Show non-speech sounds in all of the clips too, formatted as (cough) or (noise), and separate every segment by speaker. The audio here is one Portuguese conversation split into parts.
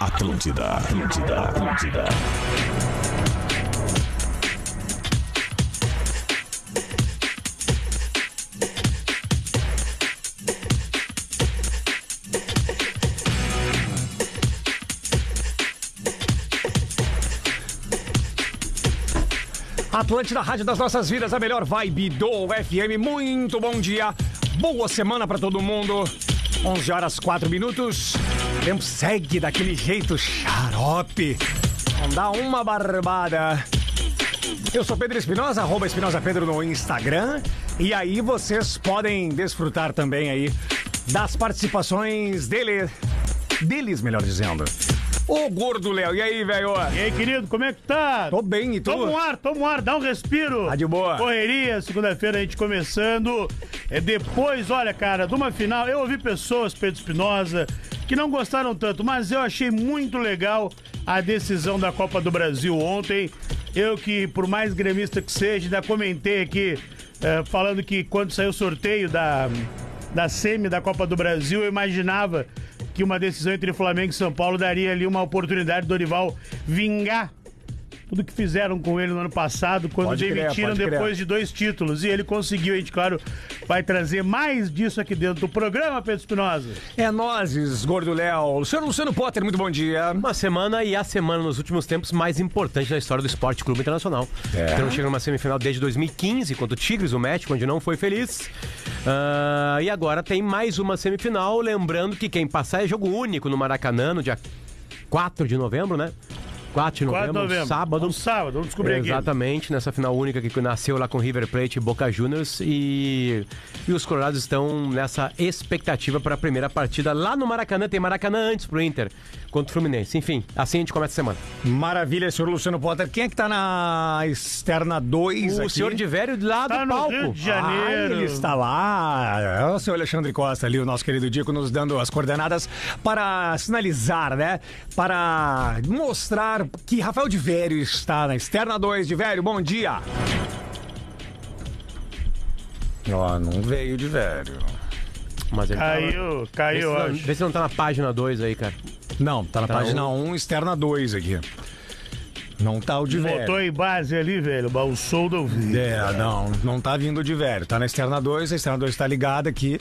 Speaker 1: Atlântida, Atlântida, Atlântida.
Speaker 2: Atlântida, Rádio das Nossas Vidas, a melhor vibe do FM. Muito bom dia, boa semana pra todo mundo. 11 horas 4 minutos. O tempo segue daquele jeito xarope. Não dá uma barbada. Eu sou Pedro Espinosa, arroba Espinosa Pedro no Instagram. E aí vocês podem desfrutar também aí das participações dele, deles, melhor dizendo. Ô Gordo Léo, e aí, velho?
Speaker 3: E aí, querido, como é que tá?
Speaker 2: Tô bem e tu?
Speaker 3: Toma um ar, toma um ar, dá um respiro.
Speaker 2: Tá de boa.
Speaker 3: Correria, segunda-feira a gente começando. É depois, olha, cara, de uma final, eu ouvi pessoas, Pedro Espinosa, que não gostaram tanto, mas eu achei muito legal a decisão da Copa do Brasil ontem. Eu que, por mais gremista que seja, ainda comentei aqui, eh, falando que quando saiu o sorteio da, da SEMI da Copa do Brasil, eu imaginava que uma decisão entre Flamengo e São Paulo daria ali uma oportunidade do Dorival vingar tudo que fizeram com ele no ano passado, quando
Speaker 2: Pode crer,
Speaker 3: demitiram
Speaker 2: pode crer.
Speaker 3: depois de dois títulos. E ele conseguiu, a gente, claro, vai trazer mais disso aqui dentro do programa, Pedro Espinosa.
Speaker 2: É nozes, Gordo Léo. Senhor Luciano Potter, muito bom dia.
Speaker 4: Uma semana e a semana nos últimos tempos mais importante da história do Esporte Clube Internacional.
Speaker 2: É.
Speaker 4: Então chega numa semifinal desde 2015 contra o Tigres, o México, onde não foi feliz. Ah, e agora tem mais uma semifinal, lembrando que quem passar é jogo único no Maracanã no dia 4 de novembro, né? 4 de
Speaker 3: 4
Speaker 4: novembro,
Speaker 3: de novembro.
Speaker 4: sábado.
Speaker 3: Um sábado, vamos descobrir aqui.
Speaker 4: Exatamente, nessa final única que nasceu lá com River Plate e Boca Juniors. E, e os colorados estão nessa expectativa para a primeira partida lá no Maracanã. Tem Maracanã antes pro Inter contra o Fluminense. Enfim, assim a gente começa a semana.
Speaker 2: Maravilha, senhor Luciano Potter. Quem é que tá na externa 2
Speaker 4: O
Speaker 2: aqui?
Speaker 4: senhor de velho lá
Speaker 3: Tá
Speaker 4: do
Speaker 3: no
Speaker 4: palco.
Speaker 3: Rio de
Speaker 2: Ah,
Speaker 3: Janeiro.
Speaker 2: ele está lá. É o senhor Alexandre Costa ali, o nosso querido Dico, nos dando as coordenadas para sinalizar, né? Para mostrar que Rafael de Vério está na externa 2. De Vério, bom dia. Ó, não veio de Vério.
Speaker 4: Mas ele tá lá.
Speaker 3: Caiu,
Speaker 4: Vê se
Speaker 3: caiu,
Speaker 4: não-
Speaker 3: acho.
Speaker 4: Vê se não tá na página 2 aí, cara.
Speaker 2: Não, tá na
Speaker 4: Tá
Speaker 2: página 1, um, externa 2 aqui. Não tá o de Vério.
Speaker 3: Botou em base ali, velho, o sol do ouvido.
Speaker 2: É, não, não tá vindo de velho. Tá na externa 2, a externa 2 tá ligada aqui.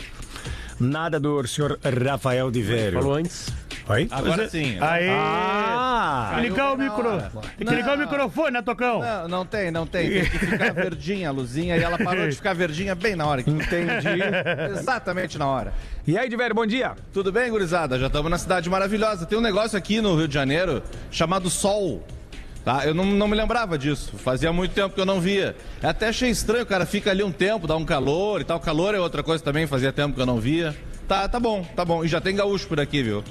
Speaker 2: Nada do senhor Rafael de Velho.
Speaker 4: Falou antes.
Speaker 2: Oi?
Speaker 5: Agora sim.
Speaker 3: Aê!
Speaker 2: Ah!
Speaker 3: Tem que ligar o
Speaker 5: Caiu
Speaker 3: micro.
Speaker 5: na hora.
Speaker 3: Tem que ligar o
Speaker 5: Não.
Speaker 3: microfone, né, Tocão?
Speaker 5: Não, não tem, não tem. Tem que ficar verdinha a luzinha e ela parou de ficar verdinha bem na hora. que- (laughs)
Speaker 2: Entendi.
Speaker 5: Exatamente na hora.
Speaker 2: E aí, de velho, bom dia.
Speaker 5: Tudo bem, gurizada? Já estamos na cidade maravilhosa. Tem um negócio aqui no Rio de Janeiro chamado Sol. Tá? Eu não, não me lembrava disso. Fazia muito tempo que eu não via. É Até achei estranho, o cara fica ali um tempo, dá um calor e tal. Calor é outra coisa também, fazia tempo que eu não via. Tá, tá bom, tá bom. E já tem gaúcho por aqui, viu?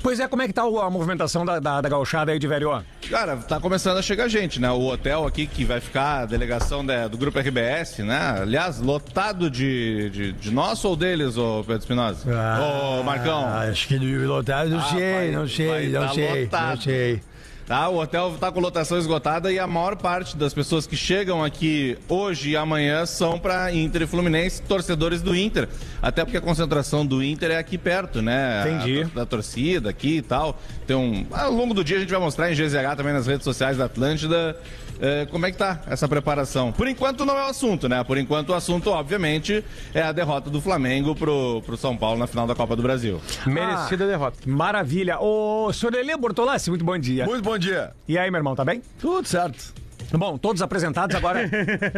Speaker 2: Pois é, como é que tá a movimentação da, da, da gauchada aí de velho?
Speaker 5: Cara, tá começando a chegar gente, né? O hotel aqui que vai ficar, a delegação da- do Grupo RBS, né? Aliás, lotado de, de, de nós ou deles, ô Pedro Espinosa? ô, Marcão.
Speaker 2: Ah,
Speaker 6: Acho que do lotado, não
Speaker 5: Ah,
Speaker 6: sei,
Speaker 5: vai-
Speaker 6: não sei,
Speaker 5: vai
Speaker 6: não
Speaker 5: tá
Speaker 6: sei,
Speaker 5: lotado.
Speaker 6: não sei.
Speaker 5: Tá, o hotel tá com lotação esgotada e a maior parte das pessoas que chegam aqui hoje e amanhã são para Inter e Fluminense, torcedores do Inter. Até porque a concentração do Inter é aqui perto, né? A
Speaker 2: Entendi.
Speaker 5: tor- da torcida aqui e tal. Tem um... Ao longo do dia a gente vai mostrar em GZH também nas redes sociais da Atlântida eh, como é que tá essa preparação. Por enquanto não é o assunto, né? Por enquanto o assunto, obviamente, é a derrota do Flamengo pro, pro São Paulo na final da Copa do Brasil.
Speaker 2: Ah.
Speaker 4: Merecida derrota.
Speaker 2: Maravilha. Ô, senhor Lelê Bortolassi, muito bom dia.
Speaker 6: Muito bom dia.
Speaker 2: E aí, meu irmão, tá bem?
Speaker 6: Tudo certo.
Speaker 2: Bom, todos apresentados agora.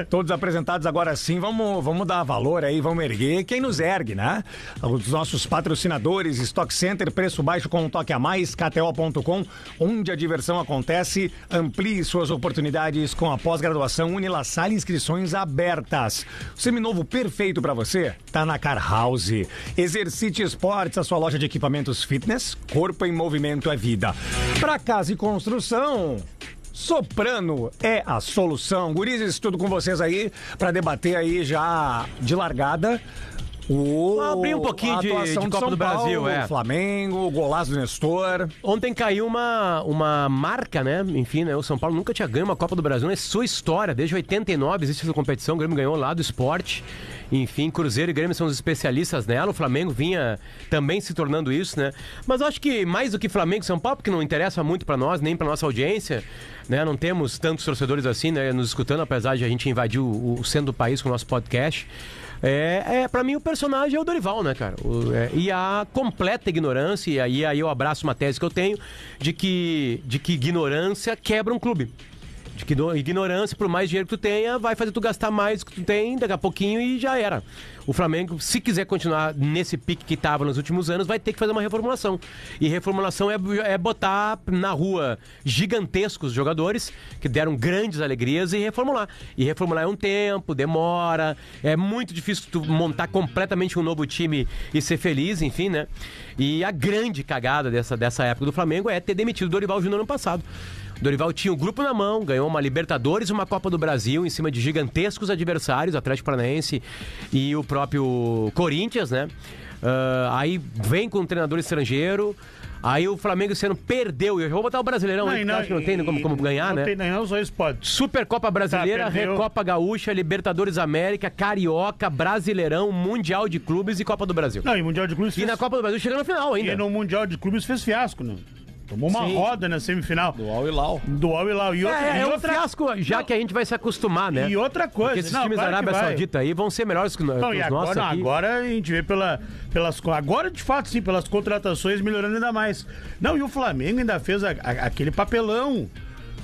Speaker 2: todos apresentados agora sim. Vamos, vamos dar valor aí, vamos erguer quem nos ergue, né? Os nossos patrocinadores, Stock Center, preço baixo com um toque a mais, KTO.com, onde a diversão acontece. Amplie suas oportunidades com a pós-graduação Unilassal, inscrições abertas. O seminovo perfeito pra você tá na Car House. Exercite Esportes, a sua loja de equipamentos fitness, corpo em movimento é vida. Pra casa e construção. Soprano é a solução. Gurizes, tudo com vocês aí para debater aí já de largada. O,
Speaker 4: Vamos abrir um pouquinho
Speaker 2: a
Speaker 4: de-
Speaker 2: atuação
Speaker 4: de
Speaker 2: do
Speaker 4: Copa
Speaker 2: São
Speaker 4: do Brasil,
Speaker 2: Paulo,
Speaker 4: é.
Speaker 2: Flamengo, o golaço do Nestor.
Speaker 4: Ontem caiu uma, uma marca, né? Enfim, né? O São Paulo né? É nunca tinha ganho uma Copa do Brasil na sua história. Desde 89 existe essa competição. O Grêmio ganhou lá do esporte. Enfim, Cruzeiro e Grêmio são os especialistas nela. O Flamengo vinha também se tornando isso, né? Mas eu acho que mais do que Flamengo e São Paulo, porque não interessa muito pra nós, nem pra nossa audiência, né? Não temos tantos torcedores assim, né? Nos escutando, apesar de a gente invadir o, o centro do país com o nosso podcast. É, é para mim o personagem é o Dorival, né, cara? O- é, e a completa ignorância, e aí, aí eu abraço uma tese que eu tenho de que, de que ignorância quebra um clube. De que no- ignorância, por mais dinheiro que tu tenha, vai fazer tu gastar mais do que tu tem daqui a pouquinho e já era. O Flamengo, se quiser continuar nesse pique que estava nos últimos anos, vai ter que fazer uma reformulação. E reformulação é, é botar na rua gigantescos jogadores que deram grandes alegrias e reformular. E reformular é um tempo, demora, é muito difícil tu montar completamente um novo time e ser feliz, enfim, né? E a grande cagada dessa, dessa época do Flamengo é ter demitido o Dorival Júnior no ano passado. Dorival tinha o grupo na mão, ganhou uma Libertadores e uma Copa do Brasil em cima de gigantescos adversários, Atlético Paranaense e o próprio Corinthians, né? Ah, aí vem com um treinador estrangeiro, aí o Flamengo sendo perdeu. Eu já vou botar o Brasileirão aí, porque eu acho que não tem como, como ganhar,
Speaker 3: não
Speaker 4: né?
Speaker 3: Tem, não, só isso pode.
Speaker 4: Supercopa Brasileira,
Speaker 3: Tá, perdeu.
Speaker 4: Recopa Gaúcha, Libertadores América, Carioca, Brasileirão, Mundial de Clubes e Copa do Brasil.
Speaker 3: Não, e Mundial de Clubes
Speaker 4: E
Speaker 3: fez-
Speaker 4: na Copa do Brasil chegando na final ainda.
Speaker 3: e no Mundial de Clubes fez fiasco, né? Tomou uma
Speaker 4: Sim.
Speaker 3: roda na semifinal
Speaker 5: Do Al Hilal.
Speaker 3: do Al Hilal. E outra,
Speaker 4: É,
Speaker 3: e
Speaker 4: é um
Speaker 3: outra-
Speaker 4: fiasco, já
Speaker 3: Não,
Speaker 4: que a gente vai se acostumar, né?
Speaker 3: E outra coisa,
Speaker 4: Porque esses
Speaker 3: não,
Speaker 4: times da
Speaker 3: claro que
Speaker 4: Arábia
Speaker 3: vai.
Speaker 4: Saudita aí vão ser melhores que, no-
Speaker 3: Não,
Speaker 4: que
Speaker 3: e
Speaker 4: os nossos
Speaker 3: agora,
Speaker 4: aqui.
Speaker 3: agora a gente vê pela, pelas. co- Agora, de fato, sim, pelas contratações melhorando ainda mais. Não, e o Flamengo ainda fez a- a- aquele papelão.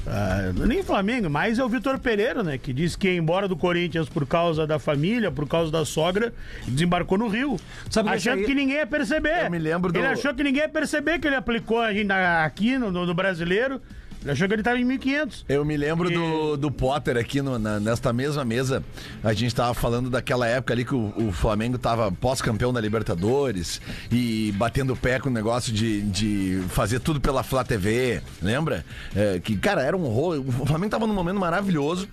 Speaker 3: Ah, nem o Flamengo, mas é o Vitor Pereira, né? Que disse que ia embora do Corinthians por causa da família, por causa da sogra, e desembarcou no Rio.
Speaker 2: Sabe que
Speaker 3: achando
Speaker 2: isso aí-
Speaker 3: que ninguém ia perceber.
Speaker 6: Eu me lembro do-
Speaker 3: Ele achou que ninguém ia perceber que ele aplicou a gente na- aqui no, no- no brasileiro. Ele achou que ele estava em 1.500.
Speaker 6: Eu me lembro do, do Potter aqui no- na- nesta mesma mesa. A gente tava falando daquela época ali que o, o Flamengo tava pós-campeão da Libertadores e batendo o pé com o negócio de, de fazer tudo pela Flá TV, lembra? É, que, cara, era um rolo. O Flamengo tava num momento maravilhoso.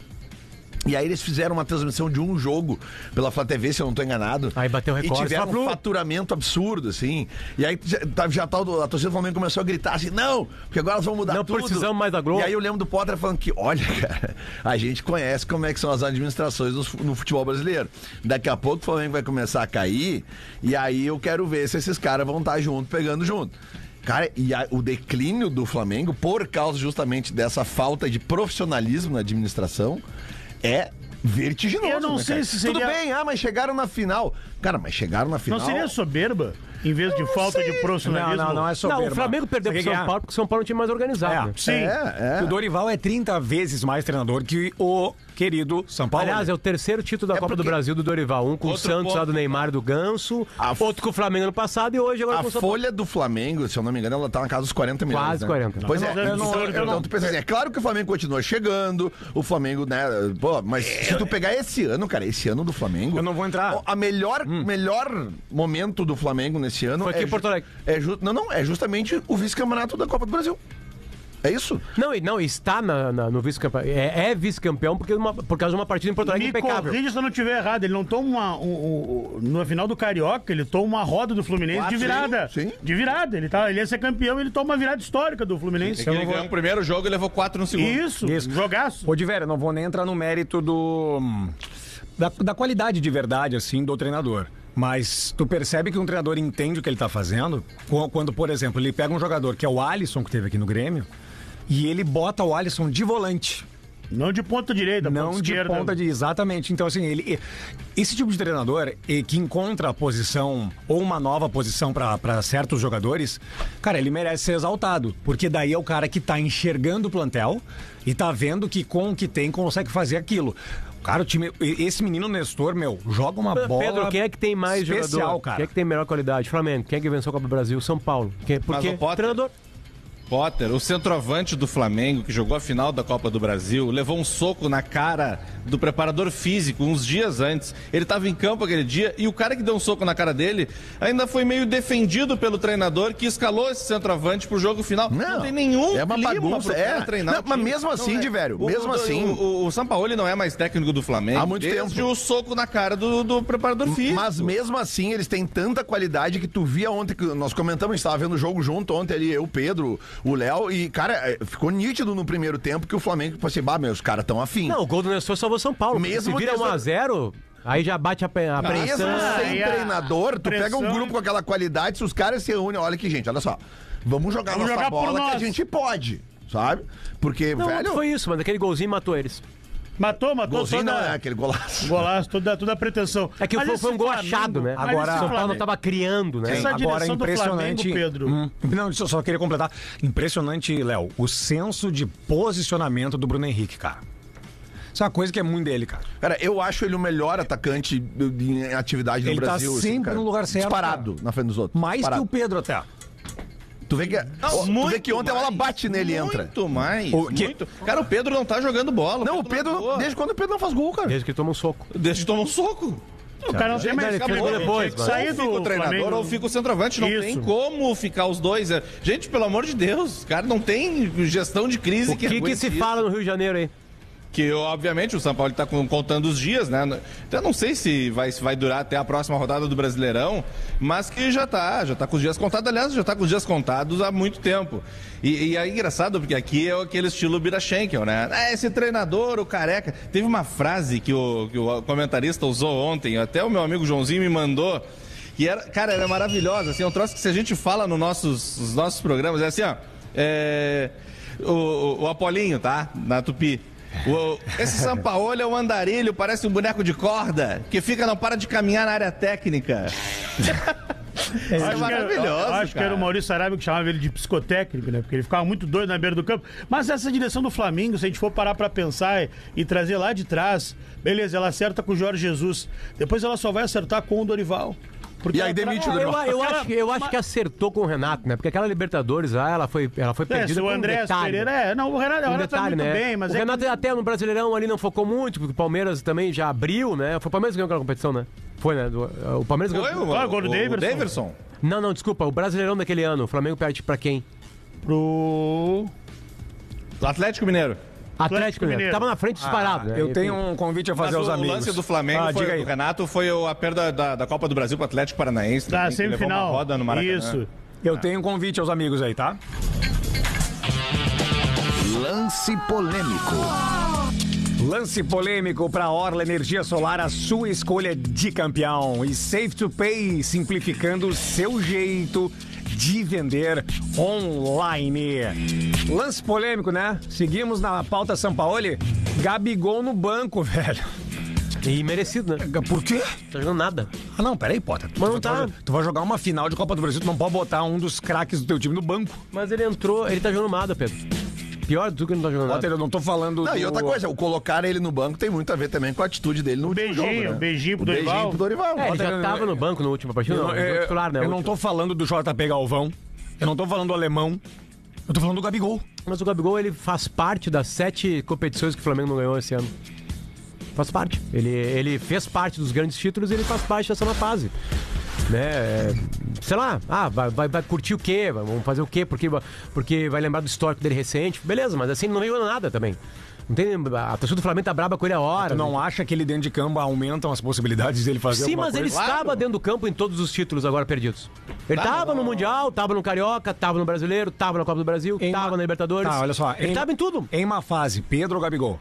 Speaker 6: E aí eles fizeram uma transmissão de um jogo pela Flá TV, se eu não tô enganado.
Speaker 4: Aí bateu recorde,
Speaker 6: E tiveram
Speaker 4: Fla-Flu.
Speaker 6: um faturamento absurdo, assim. E aí já, tá- já tá o- a torcida do Flamengo começou a gritar assim, não, porque agora elas vão mudar
Speaker 4: Não
Speaker 6: tudo.
Speaker 4: precisamos mais da Globo.
Speaker 6: E aí eu lembro do Potter falando que, olha, cara, a gente conhece como é que são as administrações no, fu- no futebol brasileiro. Daqui a pouco o Flamengo vai começar a cair, e aí eu quero ver se esses caras vão estar junto, pegando junto. Cara, e a- o declínio do Flamengo, por causa justamente dessa falta de profissionalismo na administração, é vertiginoso.
Speaker 3: Eu não
Speaker 6: né,
Speaker 3: sei
Speaker 6: cara?
Speaker 3: se
Speaker 6: Tudo
Speaker 3: seria-
Speaker 6: bem, ah, mas chegaram na final. Cara, mas chegaram na final.
Speaker 3: Não seria soberba? Em vez de falta de
Speaker 2: Não,
Speaker 3: profissionalismo?
Speaker 2: não, não é soberba.
Speaker 4: Não, o Flamengo perdeu
Speaker 2: Você quer
Speaker 4: pro São
Speaker 2: ganhar?
Speaker 4: Paulo porque o São Paulo é um time mais organizado.
Speaker 2: É.
Speaker 4: né?
Speaker 3: Sim.
Speaker 6: É, é.
Speaker 2: O Dorival é 30 vezes mais treinador que o querido São Paulo. né?
Speaker 4: Aliás, é o terceiro título da Copa do
Speaker 6: porque-
Speaker 4: Brasil do Dorival. Um com o
Speaker 5: Outro
Speaker 4: Santos
Speaker 5: ponto.
Speaker 4: lá do Neymar e do Ganso,
Speaker 6: A f-
Speaker 4: outro com o Flamengo no passado e hoje agora
Speaker 6: A
Speaker 4: com o São Paulo.
Speaker 6: folha do Flamengo, se eu não me engano, ela tá na casa dos 40 milhões.
Speaker 4: Quase
Speaker 6: né?
Speaker 4: 40.
Speaker 6: Pois
Speaker 3: Não,
Speaker 6: é.
Speaker 3: mas eu não-
Speaker 6: então,
Speaker 3: eu não-
Speaker 6: então tu pensa assim, é claro que o Flamengo continua chegando, o Flamengo, né? Pô, mas se tu pegar esse ano, cara, esse ano do Flamengo.
Speaker 2: Eu não vou entrar.
Speaker 6: A melhor, melhor momento do Flamengo nesse ano.
Speaker 4: Foi aqui em
Speaker 6: ju-
Speaker 4: Porto Alegre.
Speaker 6: É ju- não, não, é justamente o vice-campeonato da Copa do Brasil. É isso?
Speaker 4: Não, e- não, está na- na- no vice-campeão. É, é vice-campeão porque uma- por causa de uma partida em Porto Alegre
Speaker 3: Me
Speaker 4: impecável.
Speaker 3: corrija se eu não estiver errado. Ele não toma uma. Um, um- no final do Carioca, ele toma uma roda do Fluminense
Speaker 6: Quatro,
Speaker 3: de virada.
Speaker 6: sim, sim.
Speaker 3: De virada. Ele, tá, ele ia ser campeão ele toma uma virada histórica do Fluminense.
Speaker 5: É que ele ganhou o primeiro jogo e levou quatro no segundo.
Speaker 3: Isso,
Speaker 2: Isso.
Speaker 3: jogaço.
Speaker 2: Ô, Diver, eu não vou nem entrar no mérito do. Da, da qualidade de verdade, assim, do treinador. Mas tu percebe que um treinador entende o que ele tá fazendo qu- quando, por exemplo, ele pega um jogador que é o Alisson que teve aqui no Grêmio e ele bota o Alisson de volante,
Speaker 3: Não de ponta direita,
Speaker 2: não
Speaker 3: ponta
Speaker 2: de
Speaker 3: esquerda.
Speaker 2: ponta de exatamente. Então assim, ele esse tipo de treinador eh, que encontra a posição ou uma nova posição para certos jogadores, cara, ele merece ser exaltado, porque daí é o cara que tá enxergando o plantel e tá vendo que com o que tem consegue fazer aquilo. Cara, o time, e- esse menino Nestor, meu, joga uma bola.
Speaker 4: Pedro, quem é que tem mais
Speaker 2: especial,
Speaker 4: jogador?
Speaker 2: cara.
Speaker 4: Quem é que tem melhor qualidade? Flamengo. Quem é que venceu a Copa do Brasil? São Paulo. Quem, por
Speaker 5: Mas
Speaker 4: quê?
Speaker 5: o Potter-
Speaker 4: Treinador.
Speaker 5: Potter, o centroavante do Flamengo, que jogou a final da Copa do Brasil, levou um soco na cara do preparador físico uns dias antes. Ele estava em campo aquele dia e o cara que deu um soco na cara dele ainda foi meio defendido pelo treinador que escalou esse centroavante pro jogo final. Não, tem nenhum
Speaker 6: É uma
Speaker 5: clima
Speaker 6: bagunça.
Speaker 5: pro
Speaker 6: É.
Speaker 5: cara treinar
Speaker 6: Não,
Speaker 5: o
Speaker 6: mas
Speaker 5: time.
Speaker 6: mesmo assim,
Speaker 5: é.
Speaker 6: de velho,
Speaker 5: O-
Speaker 6: mesmo
Speaker 5: o-
Speaker 6: assim-
Speaker 5: O, o Sampaoli não é mais técnico do Flamengo.
Speaker 6: Há muito
Speaker 5: desde
Speaker 6: tempo.
Speaker 5: o soco na cara do, do preparador físico.
Speaker 6: Mas mesmo assim, eles têm tanta qualidade que tu via ontem, que nós comentamos, a gente tava vendo o jogo junto ontem ali, eu, o Pedro, o Léo, e, cara, eh, ficou nítido no primeiro tempo que o Flamengo, tipo assim, bah, meus caras tão afim.
Speaker 4: Não, o gol do Nestor salvou São Paulo.
Speaker 6: Mesmo
Speaker 4: se vira
Speaker 6: Nestor-
Speaker 4: 1x0, Aí já bate a, pe- a
Speaker 6: Mesmo
Speaker 4: pressão.
Speaker 6: sem
Speaker 3: e a
Speaker 6: treinador, tu pega um
Speaker 3: pressão-
Speaker 6: grupo com aquela qualidade, se os caras se reúnem, olha aqui, gente, olha só. Vamos jogar
Speaker 3: Vamos
Speaker 6: nossa
Speaker 3: jogar por
Speaker 6: bola que a
Speaker 3: nós.
Speaker 6: gente pode, sabe? Porque,
Speaker 4: Não,
Speaker 6: velho,
Speaker 4: foi isso, mano. Aquele golzinho matou eles.
Speaker 3: Matou, matou
Speaker 6: golzinho não
Speaker 3: toda...
Speaker 6: é aquele golaço.
Speaker 3: Golaço, toda, toda a pretensão.
Speaker 4: É que
Speaker 3: Mas
Speaker 4: foi,
Speaker 3: esse
Speaker 4: foi um gol
Speaker 3: Flamengo-
Speaker 4: achado, né?
Speaker 3: mas
Speaker 2: Agora-
Speaker 4: o
Speaker 3: esse
Speaker 4: São Paulo não
Speaker 3: Flamengo-
Speaker 4: tava criando, né?
Speaker 3: Essa é
Speaker 2: Agora
Speaker 3: direção do
Speaker 2: impressionante.
Speaker 3: Flamengo, Pedro.
Speaker 2: Hum, não, eu só queria completar. Impressionante, Léo, o senso de posicionamento do Bruno Henrique, cara. Isso é uma coisa que é muito dele, cara.
Speaker 6: Cara, eu acho ele o melhor atacante em atividade no
Speaker 2: Ele tá
Speaker 6: Brasil. assim,
Speaker 2: sempre
Speaker 6: cara.
Speaker 2: no lugar certo,
Speaker 6: Disparado
Speaker 2: cara.
Speaker 6: na frente dos outros.
Speaker 2: Mais
Speaker 6: Disparado.
Speaker 2: que o Pedro até.
Speaker 6: Tu vê que, ó, tu vê que ontem a bola bate nele e
Speaker 5: Tá
Speaker 6: entra.
Speaker 5: Muito mais.
Speaker 2: O que-
Speaker 5: Muito. Cara, o Pedro não tá jogando bola.
Speaker 6: Não,
Speaker 5: não
Speaker 6: o Pedro,
Speaker 5: jogou.
Speaker 6: desde quando o Pedro não faz gol, cara.
Speaker 4: Desde que ele toma um soco.
Speaker 5: Deixa de tomar um soco.
Speaker 3: O cara não tem mais
Speaker 4: ele fez
Speaker 3: cabelo.
Speaker 4: gol depois,
Speaker 3: Tinha que
Speaker 4: mano.
Speaker 3: sair
Speaker 5: Fica
Speaker 3: do
Speaker 5: o treinador
Speaker 3: Flamengo.
Speaker 5: ou fica o centroavante. Não
Speaker 3: Isso.
Speaker 5: tem como ficar os dois. É- Gente, pelo amor de Deus, cara, não tem gestão de crise
Speaker 4: O que, que
Speaker 5: aguente
Speaker 4: se
Speaker 5: isso.
Speaker 4: fala no Rio de Janeiro aí?
Speaker 5: Que obviamente o São Paulo está contando os dias, né? Até não sei se vai, se vai durar até a próxima rodada do Brasileirão, mas que já tá, já tá com os dias contados. Aliás, já tá com os dias contados há muito tempo. E, e é engraçado, porque aqui é aquele estilo Bira Schenkel, né? Ah, esse treinador, o careca. Teve uma frase que o, que o comentarista usou ontem, até o meu amigo Joãozinho me mandou. E era, cara, era maravilhosa, assim, é um troço que se a gente fala nos nossos, nos nossos programas, é assim, ó. é, o, o- o Apolinho, tá? Na Tupi. O- esse Sampaoli é um andarilho, parece um boneco de corda, que fica, não para de caminhar na área técnica. Isso é
Speaker 3: Acho que era-
Speaker 5: maravilhoso,
Speaker 3: Acho que era o
Speaker 5: cara.
Speaker 3: Maurício Sarabia que chamava ele de psicotécnico, né? Porque ele ficava muito doido na beira do campo. Mas essa direção do Flamengo, se a gente for parar pra pensar e, e trazer lá de trás, beleza, ela acerta com o Jorge Jesus. Depois ela só vai acertar com o Dorival. Porque
Speaker 6: E aí
Speaker 3: ela
Speaker 6: demite
Speaker 3: tra-
Speaker 6: o
Speaker 4: Eu,
Speaker 6: Dorival.
Speaker 4: eu acho, que- eu acho que acertou com o Renato, né? Porque aquela Libertadores lá, ela foi, ela foi
Speaker 3: É,
Speaker 4: perdida
Speaker 3: se o
Speaker 4: por um
Speaker 3: André
Speaker 4: detalhe.
Speaker 3: Pereira. É, não, o Renato, o
Speaker 4: Um
Speaker 3: Renato tá
Speaker 4: detalhe,
Speaker 3: muito
Speaker 4: né?
Speaker 3: bem, mas
Speaker 4: o
Speaker 3: é.
Speaker 4: Renato
Speaker 3: que...
Speaker 4: até no Brasileirão ali não focou muito, porque o Palmeiras também já abriu, né? Foi o Palmeiras que ganhou aquela competição, né? Foi, né? Do- O Palmeiras
Speaker 5: Foi
Speaker 4: ganhou.
Speaker 5: o,
Speaker 3: Ah, gol do
Speaker 5: o- o
Speaker 3: Daverson.
Speaker 5: Daverson.
Speaker 4: Não, não, desculpa. O Brasileirão daquele ano, o Flamengo perde pra quem?
Speaker 3: Pro.
Speaker 5: Do Atlético Mineiro.
Speaker 4: Atlético, né?
Speaker 3: Mineiro.
Speaker 4: Tava na frente disparado. né?
Speaker 2: Eu tenho um convite a fazer
Speaker 5: Mas
Speaker 2: aos
Speaker 5: o
Speaker 2: amigos.
Speaker 5: lance do Flamengo
Speaker 2: Ah,
Speaker 5: foi,
Speaker 2: diga aí.
Speaker 5: do Renato foi o- a perda da, da Copa do Brasil pro Atlético Paranaense.
Speaker 3: Da
Speaker 5: também, que levou
Speaker 3: Tá, semifinal.
Speaker 5: Uma roda no Maracanã.
Speaker 3: Isso.
Speaker 2: Eu tenho um convite aos amigos aí, tá?
Speaker 6: Lance polêmico.
Speaker 2: Lance polêmico para Orla Energia Solar, a sua escolha de campeão. E Safe to Pay, simplificando o seu jeito de vender online. Lance polêmico, né? Seguimos na pauta São Paulo. Gabigol no banco, (laughs) velho.
Speaker 4: E merecido, né?
Speaker 2: Por quê?
Speaker 4: Não tá jogando nada.
Speaker 2: Ah, não, peraí, Potter. Tu,
Speaker 4: Mas não
Speaker 2: vai-
Speaker 4: tá.
Speaker 2: tu vai jogar uma final de Copa do Brasil, tu não pode botar um dos craques do teu time no banco.
Speaker 4: Mas ele entrou, ele tá jogando nada, Pedro. Pior do que não tá jogando
Speaker 2: Potter,
Speaker 4: nada.
Speaker 2: eu não tô falando.
Speaker 6: Não,
Speaker 2: do...
Speaker 6: e outra coisa, o colocar ele no banco tem muito a ver também com a atitude dele no último
Speaker 3: beijinho,
Speaker 6: jogo, né?
Speaker 3: um beijinho pro
Speaker 6: O
Speaker 3: Dorival.
Speaker 6: pro Dorival.
Speaker 4: É, ele
Speaker 2: Potter,
Speaker 4: já
Speaker 2: eu-
Speaker 4: tava no banco no último partido,
Speaker 2: Eu
Speaker 4: não.
Speaker 2: não,
Speaker 4: ele
Speaker 2: eu,
Speaker 4: jogou titular, né?
Speaker 2: eu
Speaker 4: o
Speaker 2: não
Speaker 4: último.
Speaker 2: tô falando do JP Galvão. Eu não tô falando do alemão. Eu tô falando do Gabigol.
Speaker 4: Mas o Gabigol, ele faz parte das sete competições que o Flamengo não ganhou esse ano. Faz parte. Ele, ele fez parte dos grandes títulos e ele faz parte dessa na fase. Né? é, Sei lá, ah, vai, vai, vai curtir o quê? Vamos fazer o quê? Porque, porque vai lembrar do histórico dele recente. Beleza, mas assim, ele não ganhou nada também. Não tem, a torcida do Flamengo tá braba com ele a hora.
Speaker 2: Tu não acha que ele dentro de campo aumentam as possibilidades dele fazer
Speaker 4: Sim,
Speaker 2: alguma
Speaker 4: mas ele
Speaker 2: coisa? Tá
Speaker 4: estava dentro do campo em todos os títulos agora perdidos. Ele estava no Mundial, estava no Carioca, estava no Brasileiro, estava na Copa do Brasil,
Speaker 2: Em
Speaker 4: estava
Speaker 2: ma-
Speaker 4: na Libertadores.
Speaker 2: Tá, olha só.
Speaker 4: Ele estava em tudo.
Speaker 2: Em má fase, Pedro ou Gabigol?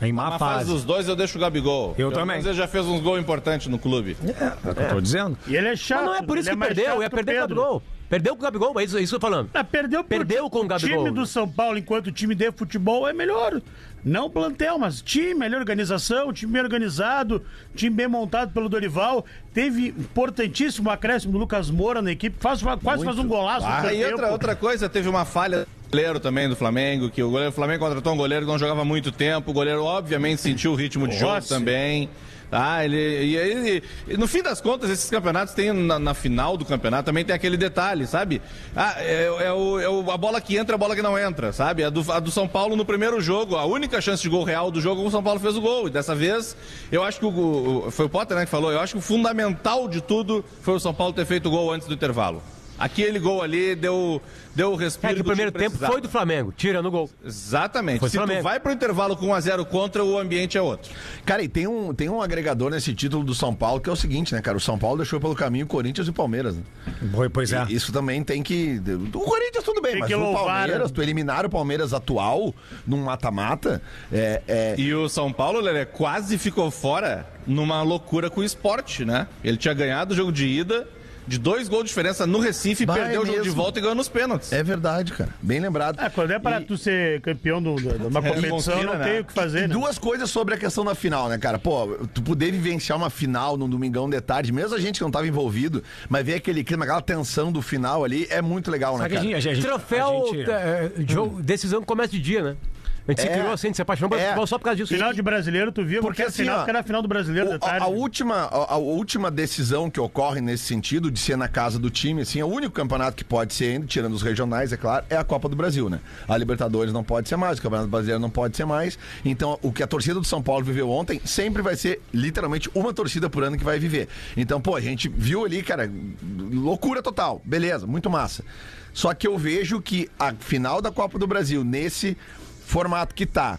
Speaker 2: Em má,
Speaker 5: Tá Na fase
Speaker 2: fase.
Speaker 5: dos dois eu deixo o Gabigol.
Speaker 2: Eu
Speaker 5: Pelo
Speaker 2: também.
Speaker 5: menos Ele já fez uns gols importantes no clube.
Speaker 2: É o que eu tô dizendo.
Speaker 3: E ele é chato.
Speaker 4: Mas não é por isso
Speaker 3: ele
Speaker 4: que
Speaker 3: mais chato
Speaker 4: perdeu, ia
Speaker 3: o
Speaker 4: perder com o
Speaker 3: Pedro.
Speaker 4: Gabigol. Perdeu com o Gabigol, é isso, é isso que eu tô falando.
Speaker 3: Ah, perdeu, pro-
Speaker 4: Perdeu com o Gabigol.
Speaker 3: time do
Speaker 6: né?
Speaker 3: São Paulo enquanto time de futebol é melhor. Não plantel, mas time, melhor organização, time bem organizado, time bem montado pelo Dorival. Teve importantíssimo acréscimo do Lucas Moura na equipe, faz, uma- quase faz um golaço. no
Speaker 5: Ah,
Speaker 3: primeiro
Speaker 5: e outra,
Speaker 3: tempo.
Speaker 5: outra coisa, teve uma falha do goleiro também do Flamengo, que o goleiro o Flamengo contratou um goleiro que não jogava há muito tempo, o goleiro obviamente sentiu o ritmo de jogo
Speaker 3: Rossi.
Speaker 5: também. Tá, ele, e aí, ele- e no fim das contas, esses campeonatos tem na, na final do campeonato também tem aquele detalhe, sabe? Ah, é, é o- é o- a bola que entra, a bola que não entra, sabe? A do, a do São Paulo no primeiro jogo, a única chance de gol real do jogo, o São Paulo fez o gol. E dessa vez, eu acho que o, o- foi o Potter né, que falou, eu acho que o fundamental de tudo foi o São Paulo ter feito o gol antes do intervalo. Aquele gol ali deu, deu o
Speaker 4: É
Speaker 5: respiro.
Speaker 4: que o
Speaker 5: do
Speaker 4: primeiro
Speaker 5: time
Speaker 4: tempo foi do
Speaker 5: precisava.
Speaker 4: Flamengo, tirando o gol.
Speaker 5: Exatamente.
Speaker 4: Foi
Speaker 5: Se
Speaker 4: Flamengo.
Speaker 5: tu vai pro intervalo com 1x0 contra, o ambiente é outro.
Speaker 6: Cara, e tem um, tem um agregador nesse título do São Paulo que é o seguinte, né, cara? O São Paulo deixou pelo caminho Corinthians e Palmeiras, né?
Speaker 2: Foi, Pois é.
Speaker 6: E Isso também tem que. O Corinthians tudo bem,
Speaker 3: Tem
Speaker 6: mas
Speaker 3: que
Speaker 6: o
Speaker 3: louvar,
Speaker 6: Palmeiras,
Speaker 3: né?
Speaker 6: tu eliminar o Palmeiras atual num mata-mata, é, é,
Speaker 5: E o São Paulo, Lelé, quase ficou fora numa loucura com o esporte, né? Ele tinha ganhado o jogo de ida, de dois gols de diferença no Recife,
Speaker 6: Bah,
Speaker 5: perdeu
Speaker 6: é
Speaker 5: o jogo de
Speaker 6: mesmo.
Speaker 5: volta e ganhou nos pênaltis.
Speaker 6: é verdade, cara. Bem lembrado.
Speaker 3: Ah, quando é para tu ser campeão do-
Speaker 6: É,
Speaker 3: do- de uma competição,
Speaker 5: Imagina,
Speaker 3: não
Speaker 5: né?
Speaker 3: tem o que fazer, né?
Speaker 6: Duas coisas sobre a questão da final, né, cara? Pô, tu poder vivenciar uma final num domingão de tarde, mesmo a gente que não tava envolvido, mas ver aquele clima, aquela tensão do final ali, é muito legal, né,
Speaker 2: Sabe que a gente-
Speaker 6: cara?
Speaker 2: a gente-
Speaker 4: Troféu,
Speaker 2: a gente-
Speaker 4: eh, jogo, decisão que começa de dia, né? A gente se
Speaker 6: É.
Speaker 4: criou assim, a gente se apaixonou pelo
Speaker 6: É.
Speaker 4: futebol só por causa disso.
Speaker 3: Final de brasileiro, tu viu?
Speaker 6: Porque
Speaker 3: Porque
Speaker 6: assim,
Speaker 3: final,
Speaker 6: ó,
Speaker 3: que era a final do brasileiro
Speaker 6: O-
Speaker 3: de
Speaker 6: a-
Speaker 3: tarde.
Speaker 6: a, última, a, a última decisão que ocorre nesse sentido, de ser na casa do time, assim, é o único campeonato que pode ser, ainda, tirando os regionais, é claro, é a Copa do Brasil, né? A Libertadores não pode ser mais, o Campeonato Brasileiro não pode ser mais. Então, o que a torcida do São Paulo viveu ontem sempre vai ser literalmente uma torcida por ano que vai viver. Então, pô, a gente viu ali, cara, loucura total. Beleza, muito massa. Só que eu vejo que a final da Copa do Brasil, nesse formato que tá,